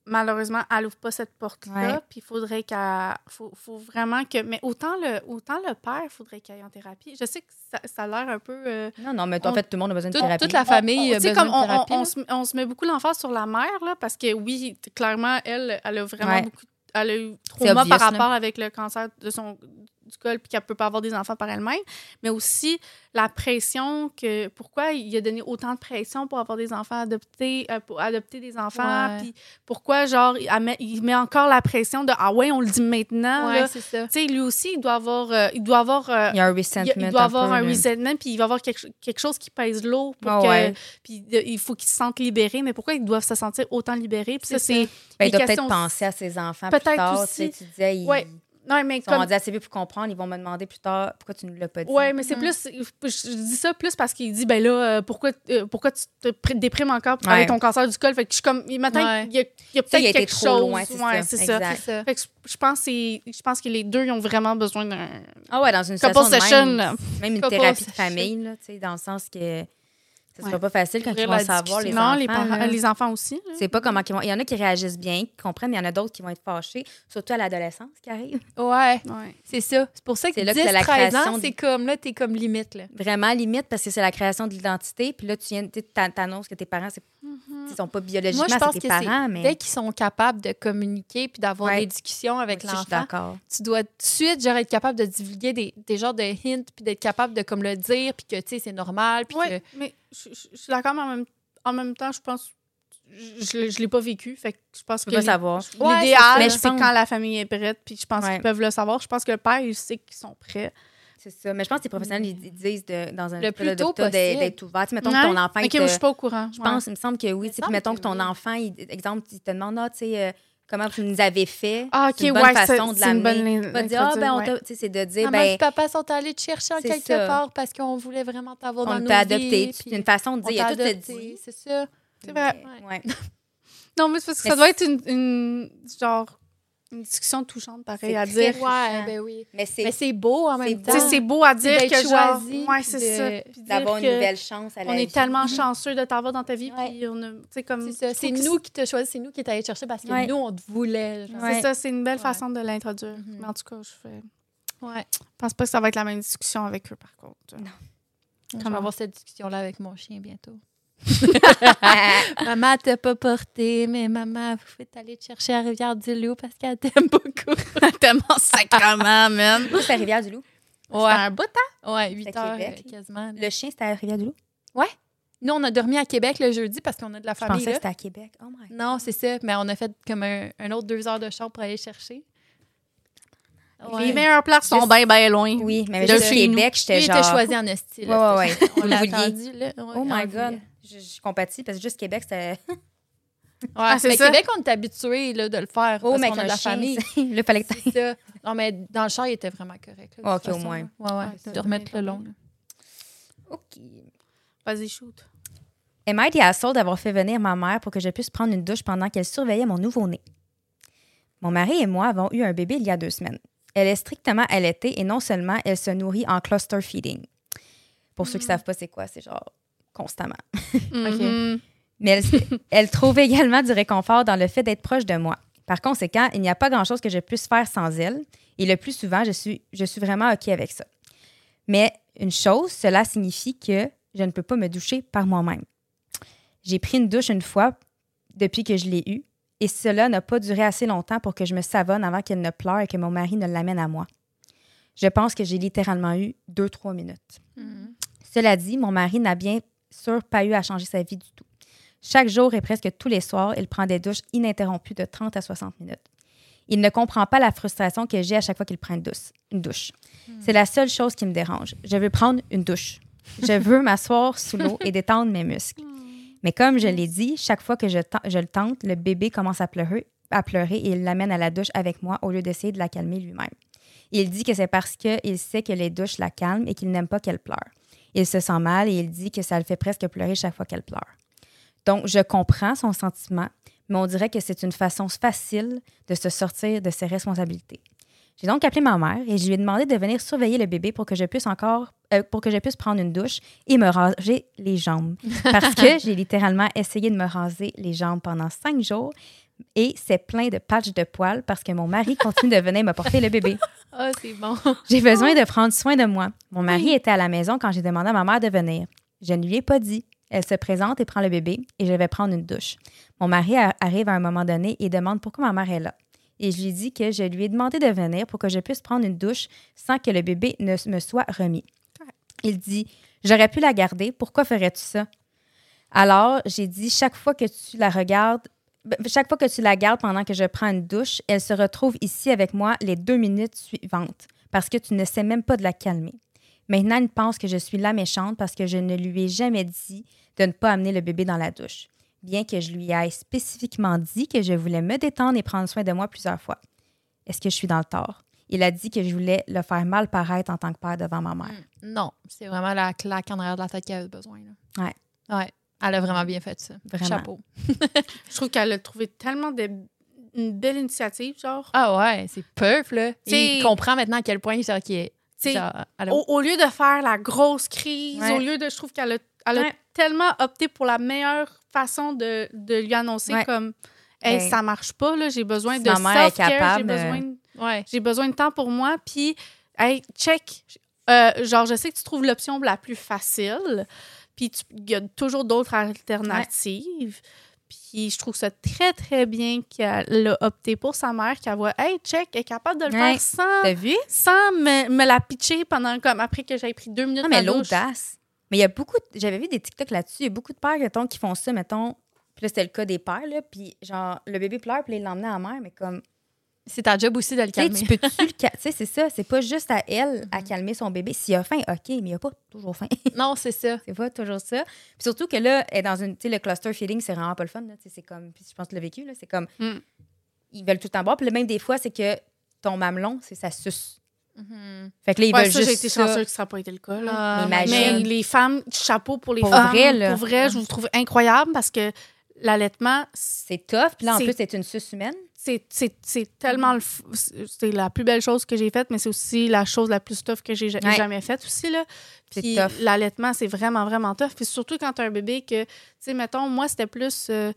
[SPEAKER 3] malheureusement, elle n'ouvre pas cette porte-là.
[SPEAKER 1] Ouais.
[SPEAKER 3] Puis il faudrait qu'elle. Faut, faut vraiment que. Mais autant le, autant le père, il faudrait qu'il aille en thérapie. Je sais que ça, ça a l'air un peu. euh,
[SPEAKER 1] Non, non, mais en
[SPEAKER 3] On-
[SPEAKER 1] fait, tout le monde a besoin de
[SPEAKER 2] Toute-
[SPEAKER 1] thérapie.
[SPEAKER 2] toute la famille
[SPEAKER 3] on- Ah, oh,
[SPEAKER 2] a
[SPEAKER 3] tu sais,
[SPEAKER 2] besoin
[SPEAKER 3] comme
[SPEAKER 2] de
[SPEAKER 3] on,
[SPEAKER 2] thérapie,
[SPEAKER 3] on- on
[SPEAKER 2] là.
[SPEAKER 3] se, on se met beaucoup l'emphase sur la mère, là, parce que oui, t- clairement, elle, elle a vraiment
[SPEAKER 1] Ouais.
[SPEAKER 3] beaucoup. Elle a eu
[SPEAKER 1] C'est
[SPEAKER 3] trauma
[SPEAKER 1] obvious,
[SPEAKER 3] par
[SPEAKER 1] là.
[SPEAKER 3] rapport avec le cancer de son, du col, puis qu'elle peut pas avoir des enfants par elle-même. Mais aussi la pression que. Pourquoi il a donné autant de pression pour avoir des enfants adoptés, euh, pour adopter des enfants,
[SPEAKER 2] Ouais.
[SPEAKER 3] puis pourquoi, genre, il elle met, il met encore la pression de Ah ouais, on le dit
[SPEAKER 1] Ah,
[SPEAKER 3] maintenant.
[SPEAKER 2] Ouais,
[SPEAKER 3] là.
[SPEAKER 2] c'est ça.
[SPEAKER 3] Tu sais, lui aussi, il doit avoir. euh, il doit avoir euh,
[SPEAKER 1] Il y a
[SPEAKER 3] il y a-
[SPEAKER 1] un resentment.
[SPEAKER 3] Il doit avoir
[SPEAKER 1] peu,
[SPEAKER 3] un
[SPEAKER 1] là.
[SPEAKER 3] resentment, puis il va avoir quelque, quelque chose qui pèse lourd pour
[SPEAKER 1] euh, Ah
[SPEAKER 3] que.
[SPEAKER 1] ouais.
[SPEAKER 3] Puis de- il faut qu'ils se sentent libérés. Mais pourquoi ils doivent se sentir autant libérés? Puis ça,
[SPEAKER 2] C'est
[SPEAKER 3] c'est.
[SPEAKER 1] Ben,
[SPEAKER 3] des
[SPEAKER 1] il doit
[SPEAKER 3] questions-
[SPEAKER 1] peut-être penser à ses enfants plus
[SPEAKER 3] Peut-être
[SPEAKER 1] tard.
[SPEAKER 3] aussi.
[SPEAKER 1] Tu sais, tu disais, ils
[SPEAKER 3] Ouais, Non, mais
[SPEAKER 1] ils sont
[SPEAKER 3] comme.
[SPEAKER 1] rendus assez vieux pour comprendre. Ils vont me demander plus tard pourquoi tu ne l'as pas dit.
[SPEAKER 3] Ouais, mais c'est
[SPEAKER 2] Mhm.
[SPEAKER 3] plus. Je dis ça plus parce qu'il dit, ben là, euh, pourquoi, euh, pourquoi tu te pré- déprimes encore avec
[SPEAKER 1] Ouais.
[SPEAKER 3] ton cancer du col? Fait que je suis comme. Maintenant,
[SPEAKER 2] Ouais.
[SPEAKER 3] il y a, il y a
[SPEAKER 1] Ça, il a
[SPEAKER 3] peut-être
[SPEAKER 1] été
[SPEAKER 3] quelque
[SPEAKER 1] trop
[SPEAKER 3] chose.
[SPEAKER 1] loin, c'est
[SPEAKER 3] ouais,
[SPEAKER 1] ça.
[SPEAKER 3] c'est ça.
[SPEAKER 1] Exact.
[SPEAKER 2] C'est ça.
[SPEAKER 3] Fait que je- je pense, que c'est- je pense que les deux, ils ont vraiment besoin d'un.
[SPEAKER 1] Ah ouais, dans une
[SPEAKER 3] Couple
[SPEAKER 1] situation
[SPEAKER 3] session,
[SPEAKER 1] de
[SPEAKER 3] là.
[SPEAKER 1] même, même une
[SPEAKER 3] Couple
[SPEAKER 1] thérapie de
[SPEAKER 3] session.
[SPEAKER 1] famille, là, tu sais, dans le sens que ce sera
[SPEAKER 3] Ouais.
[SPEAKER 1] pas facile quand ils
[SPEAKER 3] ouvrir
[SPEAKER 1] vont
[SPEAKER 3] la
[SPEAKER 1] savoir les
[SPEAKER 3] discussion.
[SPEAKER 1] enfants.
[SPEAKER 3] Non, parents-
[SPEAKER 1] là.
[SPEAKER 3] les enfants aussi. là.
[SPEAKER 1] C'est pas comment qu'ils vont. Il y en a qui réagissent bien, qui comprennent, mais il y en a d'autres qui vont être fâchés, surtout à l'adolescence qui arrive.
[SPEAKER 2] Ouais,
[SPEAKER 3] Ouais.
[SPEAKER 2] c'est ça. C'est pour ça que
[SPEAKER 1] C'est
[SPEAKER 2] 10,
[SPEAKER 1] là que c'est la
[SPEAKER 2] 13 ans,
[SPEAKER 1] création
[SPEAKER 2] c'est
[SPEAKER 1] du-
[SPEAKER 2] comme là, t'es comme limite, là.
[SPEAKER 1] Vraiment limite parce que c'est la création de l'identité, puis là tu viens, tu sais, t'an- t'annonces que tes parents c'est ils sont pas biologiquement
[SPEAKER 2] Moi, je pense
[SPEAKER 1] c'est
[SPEAKER 2] que
[SPEAKER 1] tes parents, mais
[SPEAKER 2] Dès qu'ils sont capables de communiquer puis d'avoir
[SPEAKER 1] Ouais.
[SPEAKER 2] des discussions avec
[SPEAKER 1] Moi aussi, je suis
[SPEAKER 2] l'enfant,
[SPEAKER 1] d'accord.
[SPEAKER 2] tu dois tout de suite genre, être capable de divulguer des, des genres de hints puis d'être capable de comme le dire puis que tu sais c'est normal puis
[SPEAKER 3] Oui, mais je, je- je suis d'accord, mais en même, en même temps, je pense. Je, je, l'ai- je l'ai pas vécu, fait que je pense
[SPEAKER 1] Tu
[SPEAKER 3] que.
[SPEAKER 1] peux pas
[SPEAKER 3] les-
[SPEAKER 1] savoir.
[SPEAKER 2] Ouais,
[SPEAKER 3] L'idéal,
[SPEAKER 1] c'est ça.
[SPEAKER 3] c'est quand la famille est prête, puis je pense
[SPEAKER 1] Ouais.
[SPEAKER 3] qu'ils peuvent le savoir. Je pense que le père, il sait qu'ils sont prêts.
[SPEAKER 1] C'est ça. Mais je pense que les professionnels, ils ils disent de- dans un
[SPEAKER 2] Le plus tôt
[SPEAKER 1] d'adoptat, d'être-
[SPEAKER 2] possible.
[SPEAKER 1] d'être ouvert. Tu sais, mettons
[SPEAKER 3] Ouais.
[SPEAKER 1] que ton enfant il
[SPEAKER 3] Ok,
[SPEAKER 1] te-
[SPEAKER 3] moi, je suis pas au courant.
[SPEAKER 1] Je
[SPEAKER 3] ouais.
[SPEAKER 1] pense, il me semble que oui. Tu sais,
[SPEAKER 2] semble
[SPEAKER 1] Puis mettons
[SPEAKER 2] que
[SPEAKER 1] que ton
[SPEAKER 2] oui.
[SPEAKER 1] enfant, il- exemple, il te demande, ah, tu sais, euh, comment tu nous avais fait.
[SPEAKER 3] Ah,
[SPEAKER 1] c'est
[SPEAKER 3] ok,
[SPEAKER 1] une bonne
[SPEAKER 3] ouais, c'est
[SPEAKER 1] façon de
[SPEAKER 3] c'est une bonne
[SPEAKER 1] l'amener.
[SPEAKER 3] ligne-
[SPEAKER 1] Pas de dire, ah, ben, on
[SPEAKER 3] ouais.
[SPEAKER 1] t'a- tu sais, c'est de
[SPEAKER 2] que
[SPEAKER 1] dire,
[SPEAKER 2] maman et
[SPEAKER 1] ben,
[SPEAKER 2] papa sont allés te chercher en
[SPEAKER 1] c'est
[SPEAKER 2] quelque
[SPEAKER 1] ça.
[SPEAKER 2] part parce qu'on voulait vraiment t'avoir dans
[SPEAKER 1] on
[SPEAKER 2] nos
[SPEAKER 1] t'a
[SPEAKER 2] vies,
[SPEAKER 1] adopté. Puis
[SPEAKER 2] puis
[SPEAKER 1] c'est une façon de
[SPEAKER 2] on
[SPEAKER 1] dire, il y a
[SPEAKER 2] t'a
[SPEAKER 1] tout à
[SPEAKER 2] adopté,
[SPEAKER 1] dire.
[SPEAKER 2] c'est ça.
[SPEAKER 3] C'est vrai.
[SPEAKER 1] Ouais.
[SPEAKER 3] Non, mais c'est parce que
[SPEAKER 1] Mais
[SPEAKER 3] ça doit être une, une- genre, une discussion touchante, pareil,
[SPEAKER 1] C'est
[SPEAKER 3] à
[SPEAKER 1] très
[SPEAKER 3] dire.
[SPEAKER 1] Touchant.
[SPEAKER 2] Ouais, ben oui.
[SPEAKER 1] Mais c'est
[SPEAKER 2] Mais c'est beau en
[SPEAKER 1] c'est
[SPEAKER 2] même
[SPEAKER 1] beau.
[SPEAKER 3] Tu
[SPEAKER 2] temps.
[SPEAKER 3] sais, c'est beau à dire
[SPEAKER 2] d'être
[SPEAKER 3] que, genre,
[SPEAKER 2] choisi,
[SPEAKER 3] ouais, c'est
[SPEAKER 2] de-
[SPEAKER 3] ça. puis dire
[SPEAKER 1] d'avoir une
[SPEAKER 3] que
[SPEAKER 1] nouvelle chance à la
[SPEAKER 3] On
[SPEAKER 1] vie.
[SPEAKER 3] est tellement
[SPEAKER 1] [laughs]
[SPEAKER 3] chanceux de t'avoir dans ta vie,
[SPEAKER 1] Ouais.
[SPEAKER 3] puis on a, tu sais, comme.
[SPEAKER 2] C'est ça,
[SPEAKER 3] je trouve
[SPEAKER 2] c'est
[SPEAKER 3] que
[SPEAKER 2] nous qui te choisis, c'est nous qui t'allais chercher parce que
[SPEAKER 1] Ouais.
[SPEAKER 2] nous, on te voulait. genre.
[SPEAKER 1] Ouais.
[SPEAKER 3] C'est ça, c'est une belle
[SPEAKER 2] Ouais.
[SPEAKER 3] façon de l'introduire.
[SPEAKER 2] Mhm.
[SPEAKER 3] Mais en tout cas, je fais...
[SPEAKER 2] Ouais.
[SPEAKER 3] pense pas que ça va être la même discussion avec eux, par contre.
[SPEAKER 2] Je vais
[SPEAKER 3] Comment?
[SPEAKER 2] avoir cette discussion-là avec mon chien bientôt.
[SPEAKER 1] Ah,
[SPEAKER 2] Maman t'a pas porté, mais maman, vous pouvez aller te chercher à Rivière-du-Loup parce qu'elle t'aime beaucoup.
[SPEAKER 3] [laughs] Tellement sacrement, man!
[SPEAKER 1] c'est à Rivière-du-Loup.
[SPEAKER 3] C'est un bout, hein?
[SPEAKER 2] Ouais, 8
[SPEAKER 1] C'était à
[SPEAKER 2] heures
[SPEAKER 1] Québec.
[SPEAKER 2] euh, quasiment. là.
[SPEAKER 1] Le chien, c'était à Rivière-du-Loup.
[SPEAKER 2] Nous, on a dormi à Québec le jeudi parce qu'on a de la
[SPEAKER 1] Je
[SPEAKER 2] famille.
[SPEAKER 1] pensais que
[SPEAKER 2] là. Mm.
[SPEAKER 1] c'était à Québec. Oh my God.
[SPEAKER 2] Non, c'est ça. Mais on a fait comme un, un autre deux heures de char pour aller chercher.
[SPEAKER 3] Les
[SPEAKER 2] Ouais.
[SPEAKER 3] meilleures places sont
[SPEAKER 1] Juste-
[SPEAKER 3] bien, bien loin.
[SPEAKER 1] Oui, mais
[SPEAKER 2] De
[SPEAKER 1] je suis
[SPEAKER 2] chez
[SPEAKER 1] à Québec, j'étais
[SPEAKER 2] Lui, il
[SPEAKER 1] genre.
[SPEAKER 2] était choisi en hostie.
[SPEAKER 1] Ouais, ouais, ouais.
[SPEAKER 2] On
[SPEAKER 1] Vous
[SPEAKER 2] l'a
[SPEAKER 1] vouliez.
[SPEAKER 2] attendu. Là. Ouais, Ah,
[SPEAKER 1] Oh
[SPEAKER 2] on
[SPEAKER 1] my God.
[SPEAKER 2] voulait.
[SPEAKER 1] Je, je compatis parce que juste Québec, c'était.
[SPEAKER 2] hein. Ouais,
[SPEAKER 3] Ah, c'est
[SPEAKER 2] mais
[SPEAKER 3] ça.
[SPEAKER 2] Québec, on est habitué là, de le faire.
[SPEAKER 1] Oh,
[SPEAKER 2] parce
[SPEAKER 1] mais
[SPEAKER 2] qu'on
[SPEAKER 1] avec
[SPEAKER 2] a de
[SPEAKER 1] un
[SPEAKER 2] la
[SPEAKER 1] chien,
[SPEAKER 2] famille.
[SPEAKER 1] c'est- le fallait que
[SPEAKER 2] [laughs] C'est ça. Non, mais dans le char, il était vraiment correct. là, de
[SPEAKER 1] Ah,
[SPEAKER 2] toute
[SPEAKER 1] ok, au
[SPEAKER 2] façon,
[SPEAKER 1] moins.
[SPEAKER 2] là. Ouais, ouais.
[SPEAKER 3] Ouais, ça
[SPEAKER 2] de remettre
[SPEAKER 3] devait
[SPEAKER 2] le
[SPEAKER 3] être
[SPEAKER 2] long.
[SPEAKER 3] bien.
[SPEAKER 2] là.
[SPEAKER 1] OK.
[SPEAKER 3] Vas-y, shoot.
[SPEAKER 1] Emma a été assaut d'avoir fait venir ma mère pour que je puisse prendre une douche pendant qu'elle surveillait mon nouveau-né. Mon mari et moi avons eu un bébé il y a deux semaines. Elle est strictement allaitée et non seulement elle se nourrit en cluster feeding. Pour ceux qui ne savent pas c'est quoi, c'est genre constamment.
[SPEAKER 3] Mhm.
[SPEAKER 1] Mais elle, [laughs] elle trouve également du réconfort dans le fait d'être proche de moi. Par conséquent, il n'y a pas grand-chose que je puisse faire sans elle. Et le plus souvent, je suis, je suis vraiment OK avec ça. Mais une chose, cela signifie que je ne peux pas me doucher par moi-même. J'ai pris une douche une fois depuis que je l'ai eue. Et cela n'a pas duré assez longtemps pour que je me savonne avant qu'elle ne pleure et que mon mari ne l'amène à moi. Je pense que j'ai littéralement eu deux, trois minutes.
[SPEAKER 2] Mhm.
[SPEAKER 1] Cela dit, mon mari n'a bien sûr pas eu à changer sa vie du tout. Chaque jour et presque tous les soirs, il prend des douches ininterrompues de 30 à 60 minutes. Il ne comprend pas la frustration que j'ai à chaque fois qu'il prend une douche. Une douche. C'est la seule chose qui me dérange. Je veux prendre une douche. Je veux m'asseoir sous l'eau et détendre mes muscles. Mais comme je l'ai dit, chaque fois que je, ten- je le tente, le bébé commence à pleurer, à pleurer et il l'amène à la douche avec moi au lieu d'essayer de la calmer lui-même. Il dit que c'est parce qu'il sait que les douches la calment et qu'il n'aime pas qu'elle pleure. Il se sent mal et il dit que ça le fait presque pleurer chaque fois qu'elle pleure. Donc, je comprends son sentiment, mais on dirait que c'est une façon facile de se sortir de ses responsabilités. J'ai donc appelé ma mère et je lui ai demandé de venir surveiller le bébé pour que je puisse encore euh, pour que je puisse prendre une douche et me raser les jambes parce que j'ai littéralement essayé de me raser les jambes pendant cinq jours et c'est plein de patchs de poils parce que mon mari continue de venir me porter le bébé.
[SPEAKER 2] Ah, c'est bon.
[SPEAKER 1] [laughs] J'ai besoin de prendre soin de moi. Mon mari était à la maison quand j'ai demandé à ma mère de venir. Je ne lui ai pas dit. Elle se présente et prend le bébé et je vais prendre une douche. Mon mari a- arrive à un moment donné et demande pourquoi ma mère est là. Et je lui dis que je lui ai demandé de venir pour que je puisse prendre une douche sans que le bébé ne s- me soit remis. Il dit J'aurais pu la garder, pourquoi ferais-tu ça Alors, j'ai dit Chaque fois que tu la regardes, ben, chaque fois que tu la gardes pendant que je prends une douche, elle se retrouve ici avec moi les deux minutes suivantes parce que tu ne sais même pas de la calmer. Maintenant, il pense que je suis la méchante parce que je ne lui ai jamais dit de ne pas amener le bébé dans la douche, bien que je lui aie spécifiquement dit que je voulais me détendre et prendre soin de moi plusieurs fois. Est-ce que je suis dans le tort? Il a dit que je voulais le faire mal paraître en tant que père devant ma mère.
[SPEAKER 2] Non, c'est vraiment la claque en arrière de la tête qu'elle avait besoin. là.
[SPEAKER 1] Ouais.
[SPEAKER 2] Ouais. Elle a vraiment bien fait ça.
[SPEAKER 1] Vraiment.
[SPEAKER 2] Chapeau.
[SPEAKER 3] Je trouve qu'elle a trouvé tellement de... une belle initiative, genre.
[SPEAKER 2] Ah ouais, c'est peuf, là.
[SPEAKER 3] T'sais-
[SPEAKER 2] Il comprend maintenant à quel point genre, qu'il est.
[SPEAKER 3] T'sais,
[SPEAKER 2] genre, elle a-
[SPEAKER 3] au, au lieu de faire la grosse crise,
[SPEAKER 2] Ouais.
[SPEAKER 3] au lieu de. Je trouve qu'elle a, elle a
[SPEAKER 1] Ouais.
[SPEAKER 3] tellement opté pour la meilleure façon de, de lui annoncer
[SPEAKER 1] Ouais.
[SPEAKER 3] comme. Hey,
[SPEAKER 1] Ben,
[SPEAKER 3] ça marche pas, là, j'ai besoin
[SPEAKER 1] si
[SPEAKER 3] de
[SPEAKER 1] ma mère est
[SPEAKER 3] self-care, j'ai
[SPEAKER 1] capable, euh,
[SPEAKER 3] besoin, de-
[SPEAKER 2] Ouais.
[SPEAKER 3] j'ai besoin de temps pour moi, puis, hey, check. Euh, genre, je sais que tu trouves l'option la plus facile, puis tu- il y a toujours d'autres alternatives. Puis je trouve ça très, très bien qu'elle a opté pour sa mère, qu'elle voit, hey, check, elle est capable de le
[SPEAKER 1] Ouais. Euh.
[SPEAKER 3] faire sans
[SPEAKER 1] T'as vu?
[SPEAKER 3] sans me, me la pitcher pendant comme après que j'ai pris deux minutes.
[SPEAKER 1] Non, Ah, mais
[SPEAKER 3] à douche.
[SPEAKER 1] l'audace. Mais il y a beaucoup. de- J'avais vu des TikTok là-dessus. Il y a beaucoup de pères mettons, qui font ça, mettons. Puis là, c'était le cas des pères, là. Puis genre, le bébé pleure, puis là, il l'emmenait à la mère. Mais comme,
[SPEAKER 2] C'est ta job aussi de le
[SPEAKER 1] tu sais,
[SPEAKER 2] calmer.
[SPEAKER 1] tu peux-tu le cal- Tu sais, c'est ça. C'est pas juste à elle à
[SPEAKER 3] Mm-hmm.
[SPEAKER 1] calmer son bébé. S'il a faim, OK, mais il a pas toujours faim. [laughs]
[SPEAKER 2] [laughs] Non, c'est ça.
[SPEAKER 1] c'est pas toujours ça. Puis surtout que là, elle est dans une. Tu sais, le cluster feeding, c'est vraiment pas le fun, là. Tu sais, c'est comme. Puis je pense que tu l'as vécu, là. C'est comme.
[SPEAKER 3] Mm.
[SPEAKER 1] Ils veulent tout en boire. Puis là, même des fois, c'est que ton mamelon, c'est ça suce. Fait que là, ils
[SPEAKER 3] Ouais,
[SPEAKER 1] veulent
[SPEAKER 3] ça,
[SPEAKER 1] juste.
[SPEAKER 3] j'ai été
[SPEAKER 1] ça.
[SPEAKER 3] chanceuse que ça n'a pas été le cas. là.
[SPEAKER 2] Ah,
[SPEAKER 1] Mais
[SPEAKER 3] mais
[SPEAKER 1] imagine.
[SPEAKER 3] les femmes, chapeau pour les
[SPEAKER 1] Pour
[SPEAKER 3] femmes.
[SPEAKER 1] vrai, là.
[SPEAKER 3] Pour vrai, je vous trouve incroyable parce que l'allaitement, c'est-
[SPEAKER 1] C'est tough. Puis là, en
[SPEAKER 3] C'est-
[SPEAKER 1] plus, c'est une suce humaine.
[SPEAKER 3] c'est c'est- c'est tellement le f- c'est la plus belle chose que j'ai faite, mais c'est aussi la chose la plus tough que j'ai ja-
[SPEAKER 1] Ouais.
[SPEAKER 3] jamais faite aussi. Là.
[SPEAKER 1] C'est
[SPEAKER 3] Puis
[SPEAKER 1] tough.
[SPEAKER 3] l'allaitement, c'est vraiment, vraiment tough. Puis surtout quand tu as un bébé que, tu sais, mettons, moi, c'était plus. euh,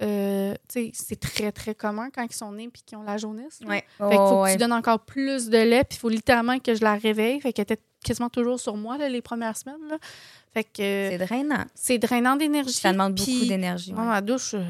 [SPEAKER 3] euh, tu sais, c'est très, très commun quand ils sont nés puis qu'ils ont la jaunisse. là.
[SPEAKER 1] Ouais.
[SPEAKER 3] Fait qu'il faut
[SPEAKER 1] Oh,
[SPEAKER 3] que
[SPEAKER 1] ouais.
[SPEAKER 3] tu donnes encore plus de lait, puis il faut littéralement que je la réveille. Fait qu'elle était quasiment toujours sur moi là, les premières semaines. là. Fait que euh,
[SPEAKER 1] C'est drainant.
[SPEAKER 3] c'est drainant d'énergie.
[SPEAKER 1] Ça demande
[SPEAKER 3] Puis,
[SPEAKER 1] beaucoup d'énergie.
[SPEAKER 3] moi,
[SPEAKER 1] ouais.
[SPEAKER 3] ma douche, euh,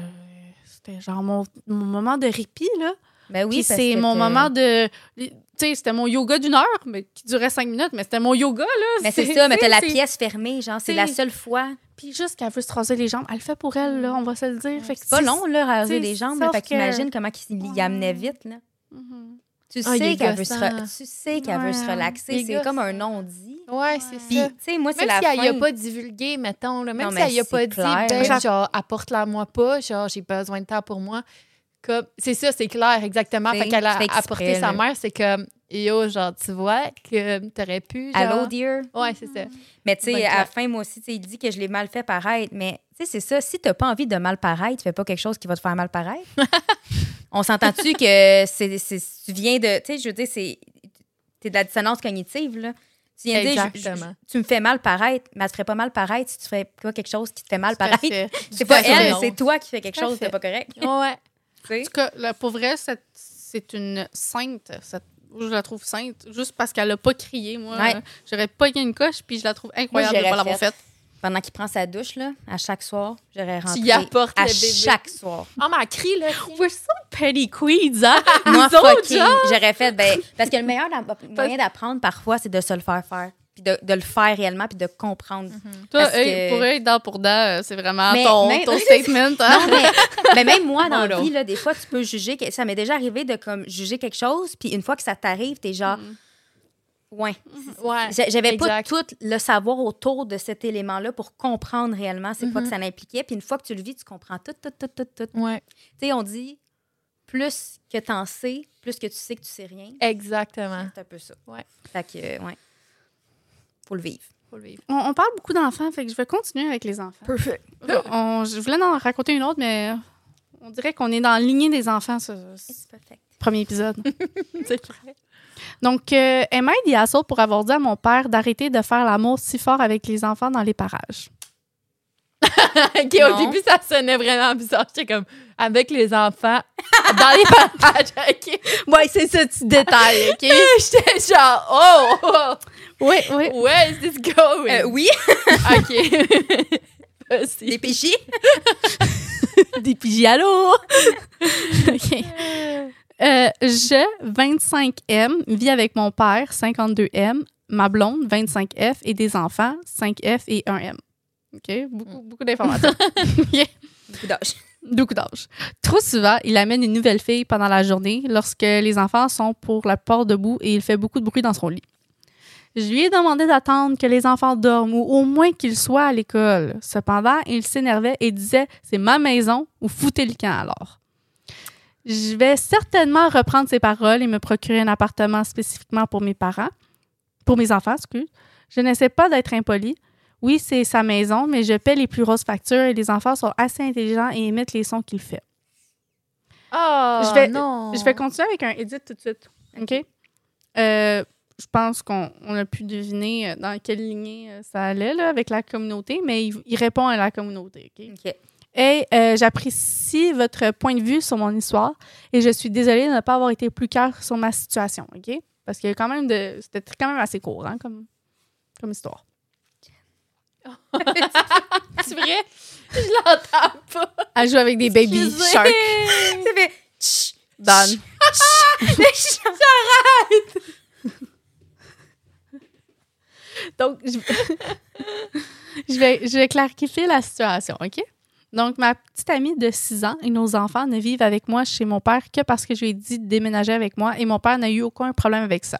[SPEAKER 3] c'était genre mon, mon moment de répit. là.
[SPEAKER 1] Ben oui,
[SPEAKER 3] Puis
[SPEAKER 1] parce
[SPEAKER 3] c'est
[SPEAKER 1] que
[SPEAKER 3] mon
[SPEAKER 1] t'as-
[SPEAKER 3] moment de. Tu sais, c'était mon yoga d'une heure, mais qui durait cinq minutes, mais c'était mon yoga. là.
[SPEAKER 1] [laughs] Mais c'est ça, mais t'as la
[SPEAKER 3] c'est-
[SPEAKER 1] pièce fermée, genre, c'est
[SPEAKER 3] c'est-
[SPEAKER 1] la seule fois.
[SPEAKER 3] Puis juste qu'elle veut se raser les jambes, elle le fait pour elle, là, on va se le dire. Fait que
[SPEAKER 1] C'est pas
[SPEAKER 3] si-
[SPEAKER 1] long, hein. là, raser
[SPEAKER 3] c'est-
[SPEAKER 1] les jambes. là,
[SPEAKER 3] sauf
[SPEAKER 1] fait
[SPEAKER 3] que-
[SPEAKER 1] qu'imagine comment qu'il y
[SPEAKER 3] Ouais.
[SPEAKER 1] amenait vite, là.
[SPEAKER 3] Mhm.
[SPEAKER 1] Tu
[SPEAKER 2] Ah, il
[SPEAKER 1] sais
[SPEAKER 2] est
[SPEAKER 1] qu'elle veut, se re-
[SPEAKER 2] gossant.
[SPEAKER 1] tu sais qu'elle veut se
[SPEAKER 3] Ouais.
[SPEAKER 1] relaxer.
[SPEAKER 2] Il est
[SPEAKER 1] C'est comme un
[SPEAKER 2] gossant.
[SPEAKER 1] non-dit.
[SPEAKER 2] Ouais, c'est
[SPEAKER 1] Puis,
[SPEAKER 2] ça.
[SPEAKER 1] tu sais, moi, c'est
[SPEAKER 2] Même
[SPEAKER 1] la
[SPEAKER 2] si elle y a
[SPEAKER 1] fin.
[SPEAKER 2] pas divulgué, mettons, là, même
[SPEAKER 1] Non,
[SPEAKER 2] si
[SPEAKER 1] mais
[SPEAKER 2] elle y a pas
[SPEAKER 1] c'est clair.
[SPEAKER 2] dit, ben,
[SPEAKER 3] J'a-
[SPEAKER 2] genre, apporte-la moi pas, genre, j'ai besoin de temps pour moi. Comme, c'est ça, c'est clair, exactement.
[SPEAKER 1] C'est-
[SPEAKER 2] Fait qu'elle a
[SPEAKER 1] c'est exprès,
[SPEAKER 2] apporté
[SPEAKER 1] là.
[SPEAKER 2] sa mère, c'est comme, yo, genre, tu vois que t'aurais pu. Genre...
[SPEAKER 1] Allô, dear.
[SPEAKER 2] Ouais, c'est ça.
[SPEAKER 1] Mais tu sais,
[SPEAKER 2] Ben,
[SPEAKER 1] à la
[SPEAKER 2] clair.
[SPEAKER 1] fin, moi aussi, tu sais, il dit que je l'ai mal fait paraître. Mais tu sais, c'est ça. Si t'as pas envie de mal paraître, tu fais pas quelque chose qui va te faire mal
[SPEAKER 2] [laughs]
[SPEAKER 1] paraître. On s'entend-tu que c'est, c'est- tu viens de. Tu sais, je veux dire, c'est. T'es de la dissonance cognitive, là. Tu viens de dire, je- je-
[SPEAKER 2] Exactement.
[SPEAKER 1] tu me fais mal paraître, mais elle te ferait pas mal paraître si tu fais quoi, quelque chose qui te fait mal
[SPEAKER 3] Tout à
[SPEAKER 1] paraître.
[SPEAKER 3] fait.
[SPEAKER 1] C'est pas
[SPEAKER 2] Tout à fait.
[SPEAKER 1] elle,
[SPEAKER 2] Non.
[SPEAKER 1] c'est toi qui fais quelque
[SPEAKER 2] Tout à
[SPEAKER 1] chose qui
[SPEAKER 2] fait.
[SPEAKER 1] n'est pas correct.
[SPEAKER 2] [laughs] Ouais.
[SPEAKER 1] tu sais.
[SPEAKER 3] En tout cas, là, pour vrai, cette- c'est une sainte. cette- je la trouve sainte juste parce qu'elle a pas crié. Moi,
[SPEAKER 1] Ouais.
[SPEAKER 3] Euh, j'aurais pas eu une coche, puis je la trouve incroyable de
[SPEAKER 1] j'aurais
[SPEAKER 3] pas l'avoir
[SPEAKER 1] fait.
[SPEAKER 3] faite.
[SPEAKER 1] Pendant qu'il prend sa douche, là, à chaque soir, j'aurais rentré.
[SPEAKER 2] y apportes
[SPEAKER 1] à
[SPEAKER 2] le bébé.
[SPEAKER 1] chaque
[SPEAKER 2] [laughs]
[SPEAKER 1] soir.
[SPEAKER 2] Oh, mais elle crie, là.
[SPEAKER 3] We're so petty queens, hein?
[SPEAKER 1] Moi,
[SPEAKER 3] Nous autres,
[SPEAKER 1] fucking, j'aurais fait. Ben, parce que le meilleur d'a- moyen d'apprendre parfois, c'est de se le faire faire. Puis de, de le faire réellement, puis de comprendre.
[SPEAKER 2] Mhm.
[SPEAKER 3] Toi,
[SPEAKER 1] Parce
[SPEAKER 3] hey,
[SPEAKER 1] que-
[SPEAKER 3] pour eux, dent pour dent, euh, c'est vraiment
[SPEAKER 1] Mais-
[SPEAKER 3] ton,
[SPEAKER 1] mais- [laughs]
[SPEAKER 3] ton statement. hein?
[SPEAKER 1] Non, mais, Ah, mais même moi,
[SPEAKER 2] Oh,
[SPEAKER 1] dans la
[SPEAKER 3] Mono.
[SPEAKER 1] vie, là, des fois, tu peux juger. que- ça m'est déjà arrivé de comme, juger quelque chose, puis une fois que ça t'arrive, t'es genre.
[SPEAKER 3] Mm.
[SPEAKER 1] Ouais.
[SPEAKER 2] [laughs] Mm. Ouais.
[SPEAKER 1] J'a- J'avais pas
[SPEAKER 2] Exact.
[SPEAKER 1] tout le savoir autour de cet élément-là pour comprendre réellement c'est quoi
[SPEAKER 2] Mhm.
[SPEAKER 1] que ça impliquait. Puis une fois que tu le vis, tu comprends tout, tout, tout, tout, tout.
[SPEAKER 2] Ouais.
[SPEAKER 1] Tu sais, on dit plus que t'en sais, plus que tu sais que tu sais rien.
[SPEAKER 2] Exactement.
[SPEAKER 1] C'est un peu ça.
[SPEAKER 2] Ouais.
[SPEAKER 1] Fait que, euh, ouais. Faut le vivre.
[SPEAKER 2] Faut le vivre.
[SPEAKER 3] On, on parle beaucoup d'enfants, fait que je vais continuer avec les enfants.
[SPEAKER 1] Perfect.
[SPEAKER 3] On- je voulais en raconter une autre, mais On dirait qu'on est dans la lignée des enfants, ce, ce
[SPEAKER 1] It's perfect.
[SPEAKER 3] premier épisode.
[SPEAKER 2] C'est vrai.
[SPEAKER 3] Donc, euh, Emma et Diasso pour avoir dit à mon père d'arrêter de faire l'amour si fort avec les enfants dans les parages.
[SPEAKER 2] [laughs] OK,
[SPEAKER 1] Non.
[SPEAKER 2] au début, ça sonnait vraiment bizarre. J'étais comme, avec les enfants, [laughs] dans les parages. OK.
[SPEAKER 3] Ouais, c'est ce petit détail, OK?
[SPEAKER 2] [laughs] J'étais genre, oh, oh,
[SPEAKER 3] oui, oui.
[SPEAKER 2] where is this going?
[SPEAKER 1] Euh, [laughs] oui,
[SPEAKER 2] [laughs] OK.
[SPEAKER 1] les
[SPEAKER 2] Vas-y.
[SPEAKER 1] péchés.
[SPEAKER 3] Oh, Des piges à l'eau! [laughs] OK. Euh, je, 25M, vis avec mon père, 52M, ma blonde, 25F, et des enfants, 5F et 1M. OK? Beaucoup, beaucoup d'informations. OK.
[SPEAKER 1] Beaucoup d'âge.
[SPEAKER 3] Beaucoup d'âge. Trop souvent, il amène une nouvelle fille pendant la journée lorsque les enfants sont pour la porte debout et il fait beaucoup de bruit dans son lit. Je lui ai demandé d'attendre que les enfants dorment ou au moins qu'ils soient à l'école. Cependant, il s'énervait et disait C'est ma maison ou foutez le camp alors. Je vais certainement reprendre ses paroles et me procurer un appartement spécifiquement pour mes parents, pour mes enfants, excuse. Je n'essaie pas d'être impoli. Oui, c'est sa maison, mais je paie les plus grosses factures et les enfants sont assez intelligents et émettent les sons qu'il fait.
[SPEAKER 2] Oh,
[SPEAKER 3] Je vais-
[SPEAKER 2] non.
[SPEAKER 3] Je vais continuer avec un edit tout de suite. OK? Euh, je pense qu'on on a pu deviner euh, dans quelle lignée euh, ça allait là, avec la communauté, mais il, il répond à la communauté. OK?
[SPEAKER 1] OK.
[SPEAKER 3] Hey, euh, j'apprécie votre point de vue sur mon histoire et je suis désolée de ne pas avoir été plus claire sur ma situation, OK? Parce que quand même de c'était tr- quand même assez court hein, comme comme histoire.
[SPEAKER 2] C'est vrai? Je l'entends pas.
[SPEAKER 3] Elle joue avec des baby
[SPEAKER 2] Excusez.
[SPEAKER 3] sharks.
[SPEAKER 1] Ça fait... tch,
[SPEAKER 2] [laughs]
[SPEAKER 3] Dan.
[SPEAKER 1] tch, le chien.
[SPEAKER 3] Donc, je [laughs] je vais, je vais clarifier la situation, OK? Donc, ma petite amie de 6 ans et nos enfants ne vivent avec moi chez mon père que parce que je lui ai dit de déménager avec moi et mon père n'a eu aucun problème avec ça.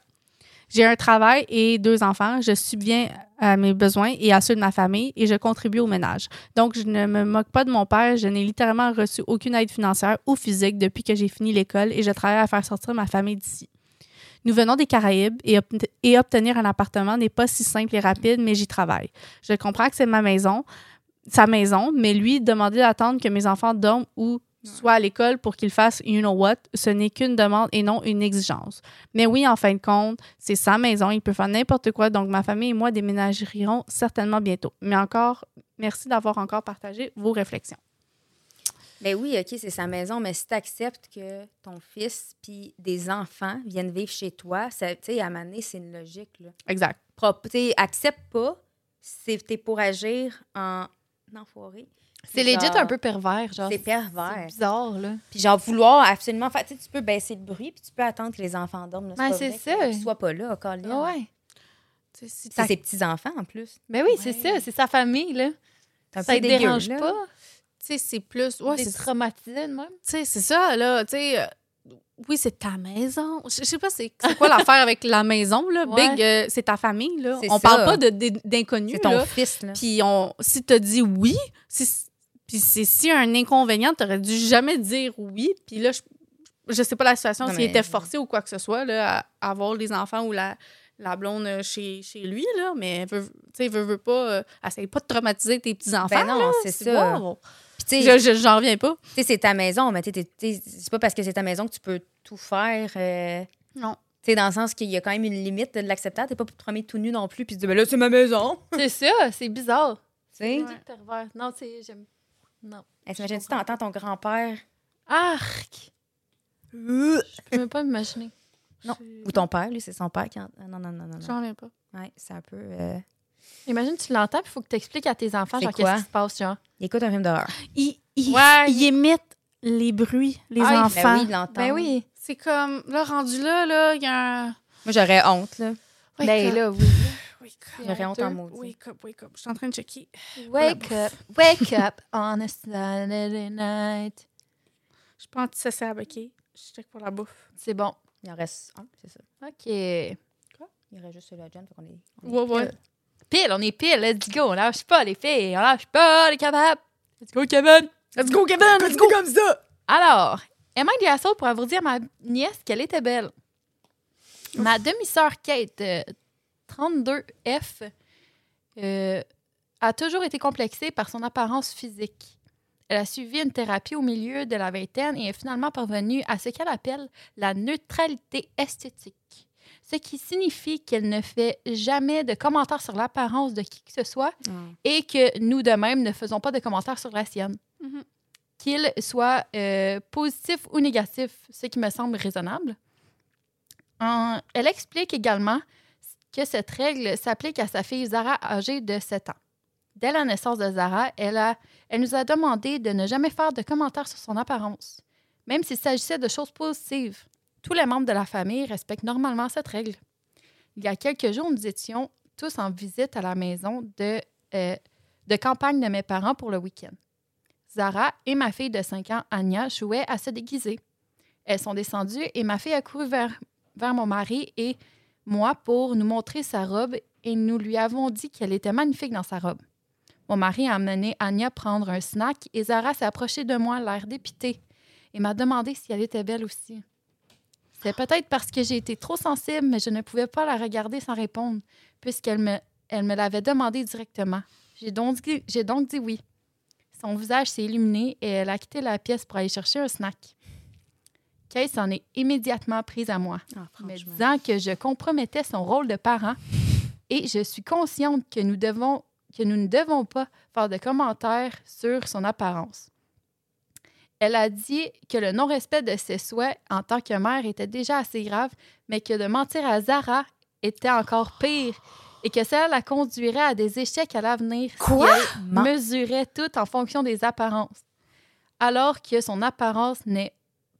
[SPEAKER 3] J'ai un travail et deux enfants. Je subviens à mes besoins et à ceux de ma famille et je contribue au ménage. Donc, je ne me moque pas de mon père. Je n'ai littéralement reçu aucune aide financière ou physique depuis que j'ai fini l'école et je travaille à faire sortir ma famille d'ici. Nous venons des Caraïbes et, obte- et obtenir un appartement n'est pas si simple et rapide, mais j'y travaille. Je comprends que c'est ma maison, sa maison, mais lui demander d'attendre que mes enfants dorment ou soient à l'école pour qu'ils fassent you know what, ce n'est qu'une demande et non une exigence. Mais oui, en fin de compte, c'est sa maison, il peut faire n'importe quoi, donc ma famille et moi déménagerons certainement bientôt. Mais encore, merci d'avoir encore partagé vos réflexions.
[SPEAKER 1] Ben oui, OK, c'est sa maison, mais si tu acceptes que ton fils puis des enfants viennent vivre chez toi, ça, tu sais, à un moment donné, c'est une logique. Là.
[SPEAKER 3] Exact.
[SPEAKER 1] Pro- tu sais, accepte pas, c'est t'es pour agir en enfoiré.
[SPEAKER 2] C'est
[SPEAKER 1] Genre,
[SPEAKER 2] legit un peu pervers, genre.
[SPEAKER 1] C'est pervers.
[SPEAKER 2] C'est bizarre, là.
[SPEAKER 1] Puis genre vouloir absolument faire, tu sais, tu peux baisser le bruit puis tu peux attendre que les enfants dorment. là,
[SPEAKER 2] Ouais,
[SPEAKER 1] pas
[SPEAKER 2] c'est
[SPEAKER 1] vrai
[SPEAKER 2] ça.
[SPEAKER 1] que Qu'ils soient pas là, encore là.
[SPEAKER 2] ouais.
[SPEAKER 1] C'est ses petits enfants en plus.
[SPEAKER 2] Mais oui, c'est
[SPEAKER 3] Ouais.
[SPEAKER 2] ça. C'est sa famille, là.
[SPEAKER 1] C'est un
[SPEAKER 2] ça
[SPEAKER 1] peu
[SPEAKER 2] ne
[SPEAKER 1] dégueu,
[SPEAKER 2] dérange
[SPEAKER 1] là.
[SPEAKER 2] pas.
[SPEAKER 3] Tu sais, c'est plus.
[SPEAKER 2] Ouais, c'est traumatisé, de même.
[SPEAKER 3] Tu sais, c'est ça, là. Tu sais, euh, oui, c'est ta maison. Je je sais pas, c'est c'est quoi l'affaire avec la maison, là.
[SPEAKER 2] Ouais.
[SPEAKER 3] Big, euh, c'est ta famille, là.
[SPEAKER 1] C'est
[SPEAKER 3] On
[SPEAKER 1] ça.
[SPEAKER 3] parle pas de- d'in- d'inconnus,
[SPEAKER 1] C'est ton
[SPEAKER 3] là.
[SPEAKER 1] fils là.
[SPEAKER 3] Puis on, si t'as dit oui, si, puis c'est si un inconvénient, t'aurais dû jamais dire oui. Puis là, je, je sais pas la situation,
[SPEAKER 1] Non,
[SPEAKER 3] s'il
[SPEAKER 1] mais-
[SPEAKER 3] était forcé ou quoi que ce soit, là, à- à avoir les enfants ou la, la blonde euh, chez, chez lui, là. Mais, veut- tu sais, veut, veut pas... euh, essaye pas de traumatiser tes petits-enfants,
[SPEAKER 1] Ben non,
[SPEAKER 3] là.
[SPEAKER 1] c'est
[SPEAKER 3] Tu
[SPEAKER 1] ça.
[SPEAKER 3] vois,
[SPEAKER 1] Puis tu sais,
[SPEAKER 3] je- je- J'en reviens pas.
[SPEAKER 1] Tu sais, c'est ta maison, mais tu sais, t'es- t'es- c'est pas parce que c'est ta maison que tu peux tout faire. euh,
[SPEAKER 3] Non.
[SPEAKER 1] Tu sais, dans le sens qu'il y a quand même une limite de l'acceptable. T'es pas pour te promener tout nu non plus puis tu dis, ben là, c'est ma maison.
[SPEAKER 2] C'est ça, c'est bizarre.
[SPEAKER 1] Tu sais,
[SPEAKER 2] C'est legit pervers. Non, c'est. J'aime. Non.
[SPEAKER 1] Hey, t'imagines-tu, t'entends ton grand-père
[SPEAKER 2] Arc!
[SPEAKER 1] ou
[SPEAKER 2] Je peux même pas m'imaginer.
[SPEAKER 1] Non.
[SPEAKER 2] Je-
[SPEAKER 1] Euh, ton père, lui, c'est son père qui. en- ah, Non, non, non, non. non.
[SPEAKER 3] J'en reviens pas.
[SPEAKER 1] Ouais, c'est un peu. euh,
[SPEAKER 2] Imagine, tu l'entends, puis il faut que tu expliques à tes enfants,
[SPEAKER 1] C'est
[SPEAKER 2] genre,
[SPEAKER 1] quoi?
[SPEAKER 2] qu'est-ce qui se passe, genre.
[SPEAKER 1] Il écoute un film d'horreur.
[SPEAKER 3] Ils, ils-
[SPEAKER 2] Ouais.
[SPEAKER 3] ils émettent les bruits, les
[SPEAKER 2] Ah, il-
[SPEAKER 1] Ben
[SPEAKER 3] enfants.
[SPEAKER 1] oui, il l'entend.
[SPEAKER 2] Ben oui.
[SPEAKER 3] C'est comme, là, rendu là, là, il y a un...
[SPEAKER 1] Moi, j'aurais honte, là.
[SPEAKER 3] Wake up,
[SPEAKER 2] là, oui.
[SPEAKER 3] wake up,
[SPEAKER 1] J'aurais honte en
[SPEAKER 2] honteux.
[SPEAKER 1] maudit.
[SPEAKER 3] wake up, wake up. Je suis en train de checker.
[SPEAKER 2] Wake up, wake up on a Saturday night.
[SPEAKER 3] Je pense que ça sert, OK? Je check pour la bouffe.
[SPEAKER 2] C'est bon.
[SPEAKER 1] Il en reste un, c'est ça.
[SPEAKER 2] OK. Pile,
[SPEAKER 1] Il reste juste celui-là, John, fait qu'on est. on est
[SPEAKER 3] Ouais, ouais.
[SPEAKER 2] on est pile. Let's go. On lâche pas, les filles. On lâche pas, les capables. Let's go, Kevin.
[SPEAKER 3] Let's go, Kevin! Let's go!
[SPEAKER 1] comme ça!
[SPEAKER 2] Alors, Emma Diasso pourra vous dire à ma nièce qu'elle était belle. Ma demi-sœur Kate, euh, 32F, euh, a toujours été complexée par son apparence physique. Elle a suivi une thérapie au milieu de la vingtaine et est finalement parvenue à ce qu'elle appelle la neutralité esthétique. Ce qui signifie qu'elle ne fait jamais de commentaires sur l'apparence de qui que ce soit et que nous de même ne faisons pas de commentaires sur la sienne.
[SPEAKER 3] Mhm.
[SPEAKER 2] Qu'il soit euh, positif ou négatif, ce qui me semble raisonnable. En- elle explique également que cette règle s'applique à sa fille Zara âgée de 7 ans. Dès la naissance de Zara, elle, a- elle nous a demandé de ne jamais faire de commentaires sur son apparence, même s'il s'agissait de choses positives. Tous les membres de la famille respectent normalement cette règle. Il y a quelques jours, nous étions tous en visite à la maison de euh, de campagne de mes parents pour le week-end. Zara et ma fille de 5 ans, Anya, jouaient à se déguiser. Elles sont descendues et ma fille a couru vers, vers mon mari et moi pour nous montrer sa robe et nous lui avons dit qu'elle était magnifique dans sa robe. Mon mari a amené Anya prendre un snack et Zara s'est approchée de moi, l'air dépitée, et m'a demandé si elle était belle aussi. C'est peut-être parce que j'ai été trop sensible, mais je ne pouvais pas la regarder sans répondre, puisqu'elle me, elle me l'avait demandé directement. J'ai donc, dit- j'ai donc dit oui. Son visage s'est illuminé et elle a quitté la pièce pour aller chercher un snack. Kay s'en est immédiatement prise à moi,
[SPEAKER 1] Ah,
[SPEAKER 2] me
[SPEAKER 1] franchement.
[SPEAKER 2] disant que Oh, je compromettais son rôle de parent et je suis consciente que nous, devons, que nous ne devons pas faire de commentaires sur son apparence. Elle a dit que le non-respect de ses souhaits en tant que mère était déjà assez grave, mais que de mentir à Zara était encore pire et que cela la conduirait à des échecs à l'avenir si
[SPEAKER 1] Quoi?
[SPEAKER 2] elle
[SPEAKER 1] Man-
[SPEAKER 2] mesurait tout en fonction des apparences, alors que son apparence n'est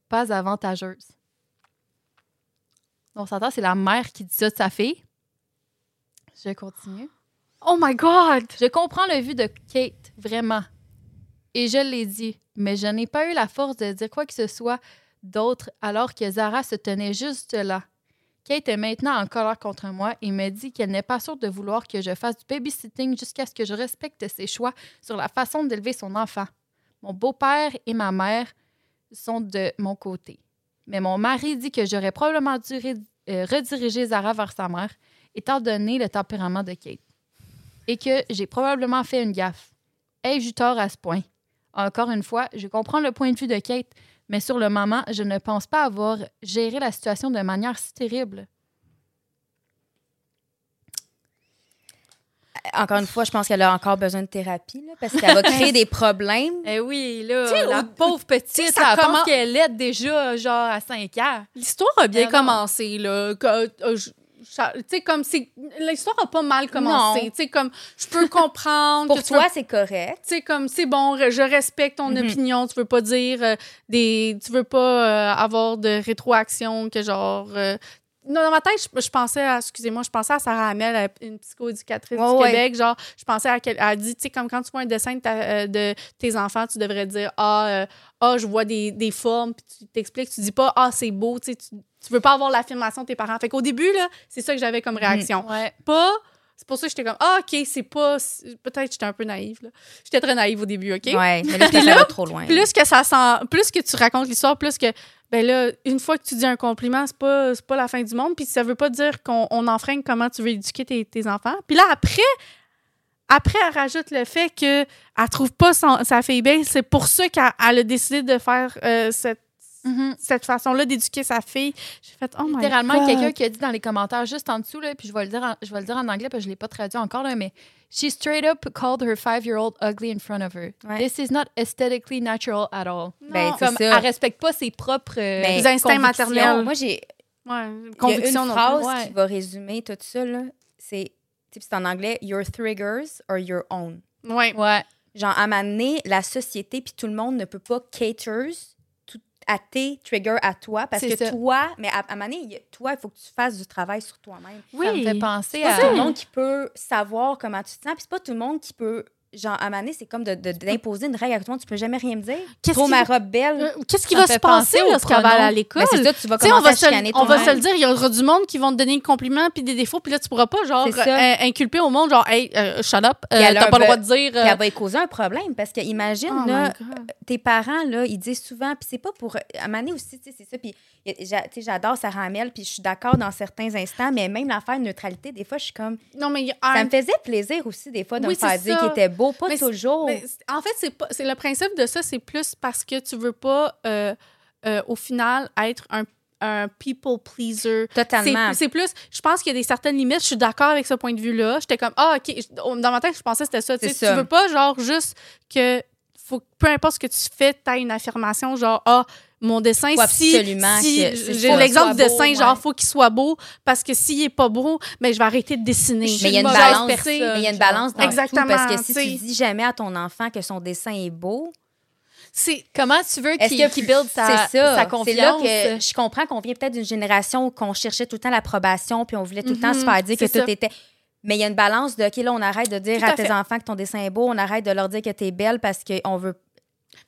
[SPEAKER 2] pas avantageuse. On s'entend, c'est la mère qui dit ça de sa fille. Je continue.
[SPEAKER 3] Oh my God!
[SPEAKER 2] Je comprends le vu de Kate, vraiment. Et je l'ai dit, mais je n'ai pas eu la force de dire quoi que ce soit d'autre alors que Zara se tenait juste là. Kate est maintenant en colère contre moi et me dit qu'elle n'est pas sûre de vouloir que je fasse du babysitting jusqu'à ce que je respecte ses choix sur la façon d'élever son enfant. Mon beau-père et ma mère sont de mon côté. Mais mon mari dit que j'aurais probablement dû ré- euh, rediriger Zara vers sa mère, étant donné le tempérament de Kate et que j'ai probablement fait une gaffe. Ai-je eu tort à ce point? Encore une fois, je comprends le point de vue de Kate, mais sur le moment, je ne pense pas avoir géré la situation de manière si terrible.
[SPEAKER 1] Encore une fois, je pense qu'elle a encore besoin de thérapie là, parce
[SPEAKER 3] [laughs]
[SPEAKER 1] qu'elle va créer des problèmes.
[SPEAKER 2] Eh oui, là,
[SPEAKER 1] la
[SPEAKER 2] pauvre
[SPEAKER 1] tu sais,
[SPEAKER 2] petite,
[SPEAKER 1] ça commence- Eh
[SPEAKER 2] qu'elle est déjà, genre, à 5 heures.
[SPEAKER 3] L'histoire a bien
[SPEAKER 2] Ah, non.
[SPEAKER 3] commencé, là. Que- euh, je- je- Tu sais, comme c'est. L'histoire a pas mal commencé.
[SPEAKER 1] Non.
[SPEAKER 3] Tu sais, comme je peux [laughs] comprendre.
[SPEAKER 1] Pour
[SPEAKER 3] que tu
[SPEAKER 1] toi,
[SPEAKER 3] veux-
[SPEAKER 1] c'est correct.
[SPEAKER 3] Tu sais, comme c'est bon, re- je respecte ton
[SPEAKER 1] Mhm.
[SPEAKER 3] opinion. Tu veux pas dire euh, des. Tu veux pas euh, avoir de rétroaction que genre. euh, non, dans ma tête, je, je pensais à, excusez-moi, je pensais à Sarah Hamel, à une psychoéducatrice
[SPEAKER 1] Ouais,
[SPEAKER 3] du
[SPEAKER 1] ouais.
[SPEAKER 3] Québec. Genre, je pensais à quel- elle a dit, tu sais, comme quand tu vois un dessin de, ta- euh, de tes enfants, tu devrais dire, ah, euh, ah, je vois des, des formes, puis tu t'expliques, tu dis pas, ah, c'est beau, tu sais, tu, tu veux pas avoir l'affirmation de tes parents. Fait qu'au début, là, c'est ça que j'avais comme réaction.
[SPEAKER 2] Ouais.
[SPEAKER 3] Pas, c'est pour ça que j'étais comme, ah, OK, c'est pas, c'est- peut-être que j'étais un peu naïve, là. J'étais très naïve au début, OK?
[SPEAKER 1] Ouais, mais
[SPEAKER 3] [laughs]
[SPEAKER 1] là,
[SPEAKER 3] Puis
[SPEAKER 1] ça
[SPEAKER 3] là,
[SPEAKER 1] va trop loin.
[SPEAKER 3] Plus euh, que ça sent, plus que tu racontes l'histoire, plus que, ben là, une fois que tu dis un compliment, c'est pas, c'est pas la fin du monde, puis ça veut pas dire qu'on on enfreigne comment tu veux éduquer tes, tes enfants. Puis là, après, après, elle rajoute le fait que elle trouve pas son- sa fille belle, c'est pour ça qu'elle elle a décidé de faire euh, cette
[SPEAKER 1] Mm-hmm.
[SPEAKER 2] Mhm.
[SPEAKER 3] cette façon-là d'éduquer sa fille. J'ai fait, oh my
[SPEAKER 2] Littéralement,
[SPEAKER 3] God.
[SPEAKER 2] quelqu'un qui a dit dans les commentaires juste en dessous, là, puis je vais le dire en, je vais le dire en anglais parce que je l'ai pas traduit encore, là, mais She straight up called her five-year-old ugly in front of her.
[SPEAKER 1] Ouais.
[SPEAKER 2] This is not aesthetically natural at all.
[SPEAKER 1] Ben,
[SPEAKER 3] Non.
[SPEAKER 1] c'est
[SPEAKER 2] comme
[SPEAKER 1] ça.
[SPEAKER 2] elle respecte pas ses propres euh,
[SPEAKER 1] Ben,
[SPEAKER 3] Les instincts
[SPEAKER 2] convictions.
[SPEAKER 3] maternels.
[SPEAKER 1] Moi, j'ai
[SPEAKER 3] Ouais,
[SPEAKER 1] Il y a une
[SPEAKER 3] conviction non plus.
[SPEAKER 1] phrase
[SPEAKER 3] Ouais.
[SPEAKER 1] qui va résumer tout ça, là, c'est, tu sais, c'est en anglais, Your triggers are your own.
[SPEAKER 3] Ouais.
[SPEAKER 2] Ouais.
[SPEAKER 1] Genre, à m'amener, la société, puis tout le monde ne peut pas caters tout à tes triggers, à toi, parce
[SPEAKER 2] C'est
[SPEAKER 1] que
[SPEAKER 2] ça.
[SPEAKER 1] toi, mais à, à m'amener, il y a- toi, il faut que tu fasses du travail sur toi-même.
[SPEAKER 2] Ça me fait penser
[SPEAKER 1] C'est pas tout
[SPEAKER 2] à.
[SPEAKER 1] le monde qui peut savoir comment tu te sens, puis c'est pas tout le monde qui peut, genre, à m'amener, c'est comme de- de- d'imposer une règle à tout le monde, tu peux jamais rien me dire.
[SPEAKER 3] Qu'est-ce
[SPEAKER 1] Trop
[SPEAKER 3] qui
[SPEAKER 1] ma
[SPEAKER 3] va-
[SPEAKER 1] robe belle.
[SPEAKER 3] Euh, Qu'est-ce qui
[SPEAKER 2] Ça
[SPEAKER 3] va
[SPEAKER 2] fait
[SPEAKER 3] se passer
[SPEAKER 2] penser au
[SPEAKER 3] lorsqu'elle va
[SPEAKER 2] pronom. Ben,
[SPEAKER 3] aller à l'école?
[SPEAKER 1] Mais c'est là, tu vas
[SPEAKER 3] Tu sais, on
[SPEAKER 1] commencer
[SPEAKER 3] va,
[SPEAKER 1] à
[SPEAKER 3] se, le-
[SPEAKER 1] chicaner
[SPEAKER 3] on va
[SPEAKER 1] toi-même.
[SPEAKER 3] se le dire, il y aura du monde qui vont te donner des compliments puis des défauts, puis là, tu pourras pas, genre,
[SPEAKER 1] C'est ça.
[SPEAKER 3] euh, inculper au monde, genre, hey, euh, shut up, euh,
[SPEAKER 1] Puis elle a
[SPEAKER 3] t'as
[SPEAKER 1] un
[SPEAKER 3] pas le
[SPEAKER 1] peu-
[SPEAKER 3] droit de dire.
[SPEAKER 1] Puis
[SPEAKER 3] euh,
[SPEAKER 1] elle va y causer un problème, parce que imagine,
[SPEAKER 3] oh my
[SPEAKER 1] là,
[SPEAKER 3] God.
[SPEAKER 1] tes parents, là, ils disent souvent, puis c'est pas pour. À un moment donné aussi, tu sais, c'est ça. Puis y a- j'a- tu sais, j'adore Sarah Hamel, puis je suis d'accord dans certains instants, mais même l'affaire de neutralité, des fois, je suis comme.
[SPEAKER 3] Non, mais il y a
[SPEAKER 1] Ça
[SPEAKER 3] un-
[SPEAKER 1] me faisait plaisir aussi, des fois, de
[SPEAKER 3] Ah, Oui,
[SPEAKER 1] me faire
[SPEAKER 3] c'est
[SPEAKER 1] dire
[SPEAKER 3] ça.
[SPEAKER 1] qu'il était beau, pas
[SPEAKER 3] Mais c'est-
[SPEAKER 1] toujours.
[SPEAKER 3] Mais c'est- en fait, c'est pas- c'est le principe de ça, c'est plus parce que tu veux pas, euh, euh, au final, être un, un people pleaser. C'est
[SPEAKER 1] Totalement.
[SPEAKER 3] c'est plus, je pense qu'il y a des certaines limites. Je suis d'accord avec ce point de vue-là. J'étais comme, ah, OK. Je- Dans ma tête, je pensais que c'était ça. Tu
[SPEAKER 1] C'est
[SPEAKER 3] sais,
[SPEAKER 1] ça.
[SPEAKER 3] tu veux pas, genre, juste que, faut, que- peu importe ce que tu fais, t'as une affirmation, genre, ah, mon dessin,
[SPEAKER 1] Faut
[SPEAKER 3] si,
[SPEAKER 1] absolument
[SPEAKER 3] si-
[SPEAKER 1] que- c'est
[SPEAKER 3] j'ai
[SPEAKER 1] ça.
[SPEAKER 3] l'exemple de
[SPEAKER 2] Soit beau,
[SPEAKER 3] dessin, genre,
[SPEAKER 2] ouais.
[SPEAKER 3] faut qu'il soit beau, parce que s'il est pas beau, mais je vais arrêter de dessiner.
[SPEAKER 1] Mais il y a une
[SPEAKER 3] Mauvaise
[SPEAKER 1] balance.
[SPEAKER 3] personne.
[SPEAKER 1] Mais il y a une balance dans
[SPEAKER 3] Exactement,
[SPEAKER 1] tout, parce que
[SPEAKER 3] tu
[SPEAKER 1] si
[SPEAKER 3] sais.
[SPEAKER 1] tu dis jamais à ton enfant que son dessin est beau,
[SPEAKER 3] C'est,
[SPEAKER 2] Comment tu veux
[SPEAKER 1] Est-ce
[SPEAKER 2] qu'il
[SPEAKER 1] que-
[SPEAKER 2] qu'il build sa,
[SPEAKER 1] c'est ça.
[SPEAKER 2] sa
[SPEAKER 1] C'est là
[SPEAKER 2] confiance?
[SPEAKER 1] que je comprends qu'on vient peut-être d'une génération où qu'on cherchait tout le temps l'approbation, puis on voulait tout le temps
[SPEAKER 3] Mhm,
[SPEAKER 1] se faire dire que
[SPEAKER 3] c'est
[SPEAKER 1] tout
[SPEAKER 3] ça.
[SPEAKER 1] était. Mais il y a une balance de, OK, là, on arrête de dire
[SPEAKER 3] Tout
[SPEAKER 1] à,
[SPEAKER 3] à
[SPEAKER 1] tes
[SPEAKER 3] fait.
[SPEAKER 1] enfants que ton dessin est beau, on arrête de leur dire que t'es belle parce qu'on veut.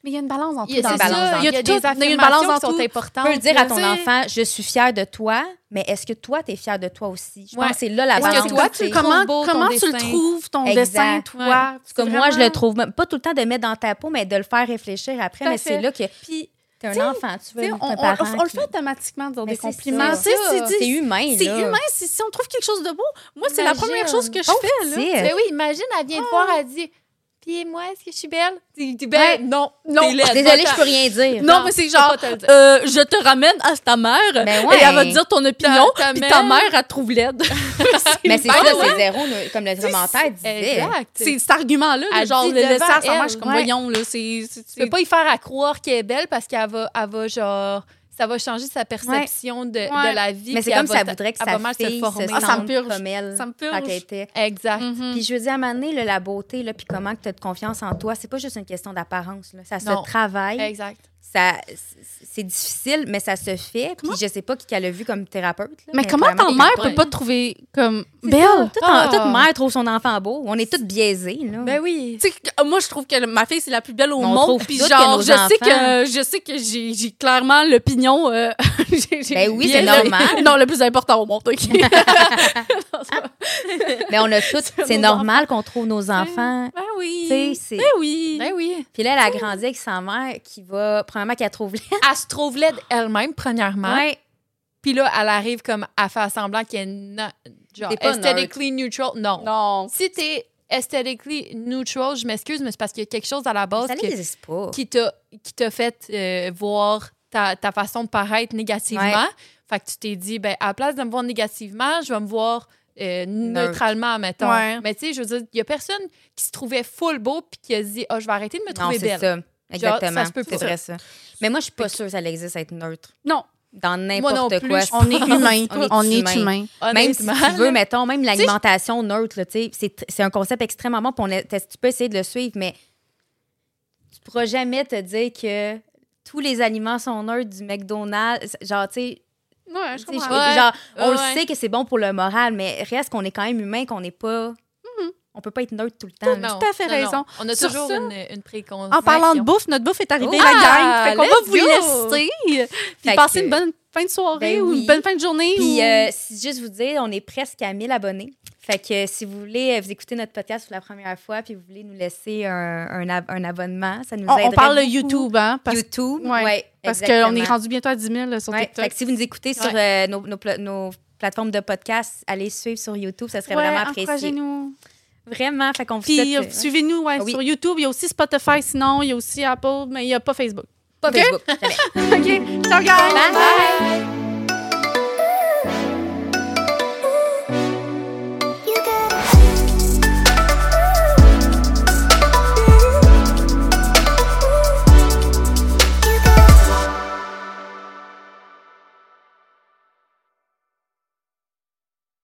[SPEAKER 3] mais il y a une balance entre
[SPEAKER 2] Il y a,
[SPEAKER 1] dans
[SPEAKER 2] c'est
[SPEAKER 1] le balance
[SPEAKER 2] ça,
[SPEAKER 1] dans
[SPEAKER 2] il y a
[SPEAKER 3] tout.
[SPEAKER 2] des
[SPEAKER 3] Il y a une balance
[SPEAKER 2] affirmations qui
[SPEAKER 3] dans
[SPEAKER 2] sont
[SPEAKER 3] tout.
[SPEAKER 1] On
[SPEAKER 2] importantes.
[SPEAKER 1] peut dire à ton
[SPEAKER 3] tu sais.
[SPEAKER 1] enfant, je suis fière de toi, mais est-ce que toi, t'es fière de toi aussi? Je
[SPEAKER 2] Ouais.
[SPEAKER 1] pense que c'est là la
[SPEAKER 2] Est-ce que
[SPEAKER 1] balance.
[SPEAKER 2] toi, tu
[SPEAKER 1] sais.
[SPEAKER 2] le trouves
[SPEAKER 3] comment,
[SPEAKER 2] beau, ton
[SPEAKER 3] comment tu le
[SPEAKER 2] dessin.
[SPEAKER 3] trouves, ton
[SPEAKER 1] Exact.
[SPEAKER 3] dessin,
[SPEAKER 2] Ouais.
[SPEAKER 3] toi?
[SPEAKER 1] Parce que moi, je le trouve même- pas tout le temps de le mettre dans ta peau, mais de le faire réfléchir après.
[SPEAKER 3] Tout à
[SPEAKER 1] Mais c'est
[SPEAKER 3] fait.
[SPEAKER 1] là que
[SPEAKER 3] Puis,
[SPEAKER 1] t'es
[SPEAKER 3] Tu sais,
[SPEAKER 1] un enfant, tu
[SPEAKER 3] tu
[SPEAKER 1] veux
[SPEAKER 3] sais,
[SPEAKER 1] t'es
[SPEAKER 3] on,
[SPEAKER 1] Ben, un
[SPEAKER 3] on-
[SPEAKER 1] parent.
[SPEAKER 3] on le
[SPEAKER 1] qui-
[SPEAKER 3] fait automatiquement de dire
[SPEAKER 1] Mais
[SPEAKER 3] des
[SPEAKER 1] c'est
[SPEAKER 3] compliments. Tu
[SPEAKER 1] ça.
[SPEAKER 3] sais, tu dis-
[SPEAKER 1] C'est humain,
[SPEAKER 3] C'est
[SPEAKER 1] là.
[SPEAKER 3] humain. Si, si on trouve quelque chose de beau, moi, c'est la
[SPEAKER 2] Imagine.
[SPEAKER 3] première chose que je
[SPEAKER 1] Oh,
[SPEAKER 3] fais. là.
[SPEAKER 1] petite.
[SPEAKER 2] hein, Mais oui, imagine, elle vient te voir, elle dit Puis moi, est-ce que je suis belle? Tu dis Ben, non,
[SPEAKER 3] non.
[SPEAKER 2] t'es [laughs] laide,
[SPEAKER 1] Ah, Désolée,
[SPEAKER 2] va-t'en.
[SPEAKER 1] je peux rien dire.
[SPEAKER 3] Non, mais c'est
[SPEAKER 2] je peux
[SPEAKER 3] genre,
[SPEAKER 2] pas te le dire.
[SPEAKER 3] euh, je te ramène à ta mère
[SPEAKER 1] Ben ouais.
[SPEAKER 3] et elle va te dire ton opinion,
[SPEAKER 2] Ta- ta
[SPEAKER 3] puis ta
[SPEAKER 2] mère-
[SPEAKER 3] mère, elle te trouve laide.
[SPEAKER 1] Mais c'est
[SPEAKER 3] Ben
[SPEAKER 1] ça,
[SPEAKER 3] ouais.
[SPEAKER 1] c'est zéro, là, comme le commentaire disait.
[SPEAKER 2] Exact.
[SPEAKER 3] C'est cet argument-là,
[SPEAKER 2] Elle
[SPEAKER 3] le genre,
[SPEAKER 2] dit
[SPEAKER 3] le laisser
[SPEAKER 2] devant
[SPEAKER 3] à sa
[SPEAKER 2] elle,
[SPEAKER 3] mère, je suis comme,
[SPEAKER 2] ouais.
[SPEAKER 3] voyons, là, c'est... c'est-
[SPEAKER 2] Tu peux pas y faire à croire qu'elle est belle parce qu'elle va, elle va genre. Ça va changer sa perception de,
[SPEAKER 3] Ouais.
[SPEAKER 2] de la vie.
[SPEAKER 1] Mais c'est
[SPEAKER 2] puis elle
[SPEAKER 1] comme
[SPEAKER 2] va
[SPEAKER 1] ça
[SPEAKER 2] ta-
[SPEAKER 1] voudrait que
[SPEAKER 2] elle va
[SPEAKER 1] sa
[SPEAKER 2] mal se Mm.
[SPEAKER 1] fille
[SPEAKER 2] former.
[SPEAKER 1] se
[SPEAKER 3] Ah, ça me
[SPEAKER 1] sente
[SPEAKER 3] purge.
[SPEAKER 1] comme elle
[SPEAKER 3] Ça me
[SPEAKER 1] quand
[SPEAKER 3] purge.
[SPEAKER 1] elle était.
[SPEAKER 2] Exact.
[SPEAKER 3] Mhm.
[SPEAKER 1] Puis je veux dire, à un moment donné, là, la beauté, là, puis comment tu as de confiance en toi, c'est pas juste une question d'apparence. là. Ça
[SPEAKER 2] Non.
[SPEAKER 1] se travaille,
[SPEAKER 2] Exact.
[SPEAKER 1] ça, c- c'est difficile, mais ça se fait. Puis je sais pas qui qu'elle a vu comme thérapeute. là,
[SPEAKER 3] Mais comment ta
[SPEAKER 1] clairement,
[SPEAKER 3] mère
[SPEAKER 1] quelqu'un-
[SPEAKER 3] peut pas te trouver comme
[SPEAKER 1] C'est
[SPEAKER 3] belle?
[SPEAKER 1] ça, Toute, en-
[SPEAKER 2] Ah.
[SPEAKER 1] toute mère trouve son enfant beau. On est toutes biaisées. Là.
[SPEAKER 2] Ben oui.
[SPEAKER 3] Tu sais, que- moi je trouve que le- ma fille c'est la plus belle au
[SPEAKER 1] Mais on
[SPEAKER 3] monde
[SPEAKER 1] trouve
[SPEAKER 3] puis
[SPEAKER 1] toutes
[SPEAKER 3] genre
[SPEAKER 1] que nos
[SPEAKER 3] je sais
[SPEAKER 1] enfants-
[SPEAKER 3] que je sais que j'ai j'ai clairement l'opinion euh, [laughs] j'ai- j'ai-
[SPEAKER 1] Ben oui,
[SPEAKER 3] bien-
[SPEAKER 1] c'est normal.
[SPEAKER 3] [laughs] non le plus important au monde OK
[SPEAKER 1] [laughs]
[SPEAKER 3] [laughs]
[SPEAKER 1] Mais on a toutes. C'est
[SPEAKER 3] nos
[SPEAKER 1] normal qu'on trouve nos enfants.
[SPEAKER 3] ben
[SPEAKER 1] tu
[SPEAKER 3] oui
[SPEAKER 1] sais,
[SPEAKER 3] [laughs]
[SPEAKER 1] c'est-
[SPEAKER 3] ben oui
[SPEAKER 2] Ben oui.
[SPEAKER 1] Puis là, elle a grandi avec sa mère qui va. Premièrement, qu'elle trouve laide.
[SPEAKER 2] Elle se trouve laide elle-même, premièrement.
[SPEAKER 1] Ouais.
[SPEAKER 2] Puis là, elle arrive comme à faire semblant qu'elle est na- genre
[SPEAKER 1] T'es pas
[SPEAKER 2] aesthetically neutral.
[SPEAKER 1] Ben
[SPEAKER 2] Non.
[SPEAKER 3] non
[SPEAKER 2] Si t'es aesthetically neutral, je m'excuse, mais c'est parce qu'il y a quelque chose à la base
[SPEAKER 1] Ça
[SPEAKER 2] que-
[SPEAKER 1] n'existe pas.
[SPEAKER 2] qui t'a qui t'a fait euh, voir ta, ta façon de paraître négativement.
[SPEAKER 1] Ouais.
[SPEAKER 2] Fait que tu t'es dit, ben, à la place de me voir négativement, je vais me voir euh,
[SPEAKER 1] Neutre.
[SPEAKER 2] neutralement, mettons.
[SPEAKER 3] Ouais.
[SPEAKER 2] Mais tu sais, je veux dire, il y a personne qui se trouvait full beau puis qui a dit, oh, je vais arrêter de me
[SPEAKER 1] Non,
[SPEAKER 2] trouver
[SPEAKER 1] c'est
[SPEAKER 2] belle.
[SPEAKER 1] ça. Exactement.
[SPEAKER 2] ça se peut
[SPEAKER 1] C'est
[SPEAKER 2] pas.
[SPEAKER 1] vrai, ça. Mais moi, je suis pas sûre que ça existe être neutre.
[SPEAKER 3] non
[SPEAKER 1] Dans
[SPEAKER 2] non
[SPEAKER 1] n'importe
[SPEAKER 2] plus,
[SPEAKER 1] quoi.
[SPEAKER 2] je
[SPEAKER 3] on est
[SPEAKER 1] [laughs]
[SPEAKER 3] humain
[SPEAKER 1] On est
[SPEAKER 3] on est
[SPEAKER 1] humain.
[SPEAKER 3] humain
[SPEAKER 1] Même si
[SPEAKER 2] Honnêtement,
[SPEAKER 1] tu veux,
[SPEAKER 2] là.
[SPEAKER 1] mettons, même
[SPEAKER 2] je-
[SPEAKER 1] l'alimentation neutre, là, tu sais, c'est tr- c'est un concept extrêmement bon. puis on est- Tu peux essayer de le suivre, mais tu pourras jamais te dire que tous les aliments sont neutres du McDonald's. Genre, tu sais,
[SPEAKER 3] ouais
[SPEAKER 1] tu
[SPEAKER 3] je
[SPEAKER 1] sais, je-
[SPEAKER 3] comprends
[SPEAKER 2] Ouais.
[SPEAKER 1] genre, on
[SPEAKER 2] Ouais.
[SPEAKER 1] le sait que c'est bon pour le moral, mais reste qu'on est quand même humain, qu'on n'est pas.
[SPEAKER 2] Mm-hmm.
[SPEAKER 1] On peut pas être neutre tout le temps. là.
[SPEAKER 2] Non,
[SPEAKER 3] tout à fait
[SPEAKER 2] non, non.
[SPEAKER 3] raison.
[SPEAKER 2] On a
[SPEAKER 3] Sur
[SPEAKER 2] toujours
[SPEAKER 3] ça,
[SPEAKER 2] une, une préconception.
[SPEAKER 3] en parlant de bouffe notre bouffe est arrivée
[SPEAKER 1] Oh!
[SPEAKER 3] la
[SPEAKER 2] Ah,
[SPEAKER 3] gang fait qu'on va
[SPEAKER 2] let's
[SPEAKER 3] vous
[SPEAKER 2] go!
[SPEAKER 3] laisser
[SPEAKER 1] Fait
[SPEAKER 3] puis passer
[SPEAKER 1] que-
[SPEAKER 3] une bonne fin de soirée
[SPEAKER 1] Ben
[SPEAKER 3] ou
[SPEAKER 1] oui.
[SPEAKER 3] une bonne fin de journée
[SPEAKER 1] Puis,
[SPEAKER 3] ou-
[SPEAKER 1] euh, si- juste vous dire, on est presque à 1000 abonnés. Fait que euh, si vous voulez, euh, vous écoutez notre podcast pour la première fois, puis vous voulez nous laisser un, un ab- un abonnement, ça nous
[SPEAKER 3] on, on
[SPEAKER 1] aiderait
[SPEAKER 3] parle de
[SPEAKER 1] beaucoup.
[SPEAKER 3] YouTube hein parce,
[SPEAKER 1] YouTube,
[SPEAKER 3] ouais,
[SPEAKER 1] ouais,
[SPEAKER 3] parce
[SPEAKER 1] exactement.
[SPEAKER 3] qu'on est rendu bientôt à 10 000 sur
[SPEAKER 1] Ouais,
[SPEAKER 3] TikTok
[SPEAKER 1] fait que si vous nous écoutez sur euh, nos, nos pla- nos plateformes de podcast, allez suivre sur YouTube, ça serait
[SPEAKER 3] Ouais,
[SPEAKER 1] vraiment apprécié.
[SPEAKER 3] encouragez-nous.
[SPEAKER 1] Vraiment, fait qu'on vous
[SPEAKER 3] Puis
[SPEAKER 1] souhaite...
[SPEAKER 3] euh,
[SPEAKER 1] euh,
[SPEAKER 3] suivez-nous ouais,
[SPEAKER 1] Oui.
[SPEAKER 3] sur YouTube. Il y a aussi Spotify, sinon, il y a aussi Apple, mais il n'y a pas Facebook.
[SPEAKER 1] Pas Facebook, jamais.
[SPEAKER 3] [laughs] OK. Ciao, guys.
[SPEAKER 1] Bye!
[SPEAKER 2] Bye.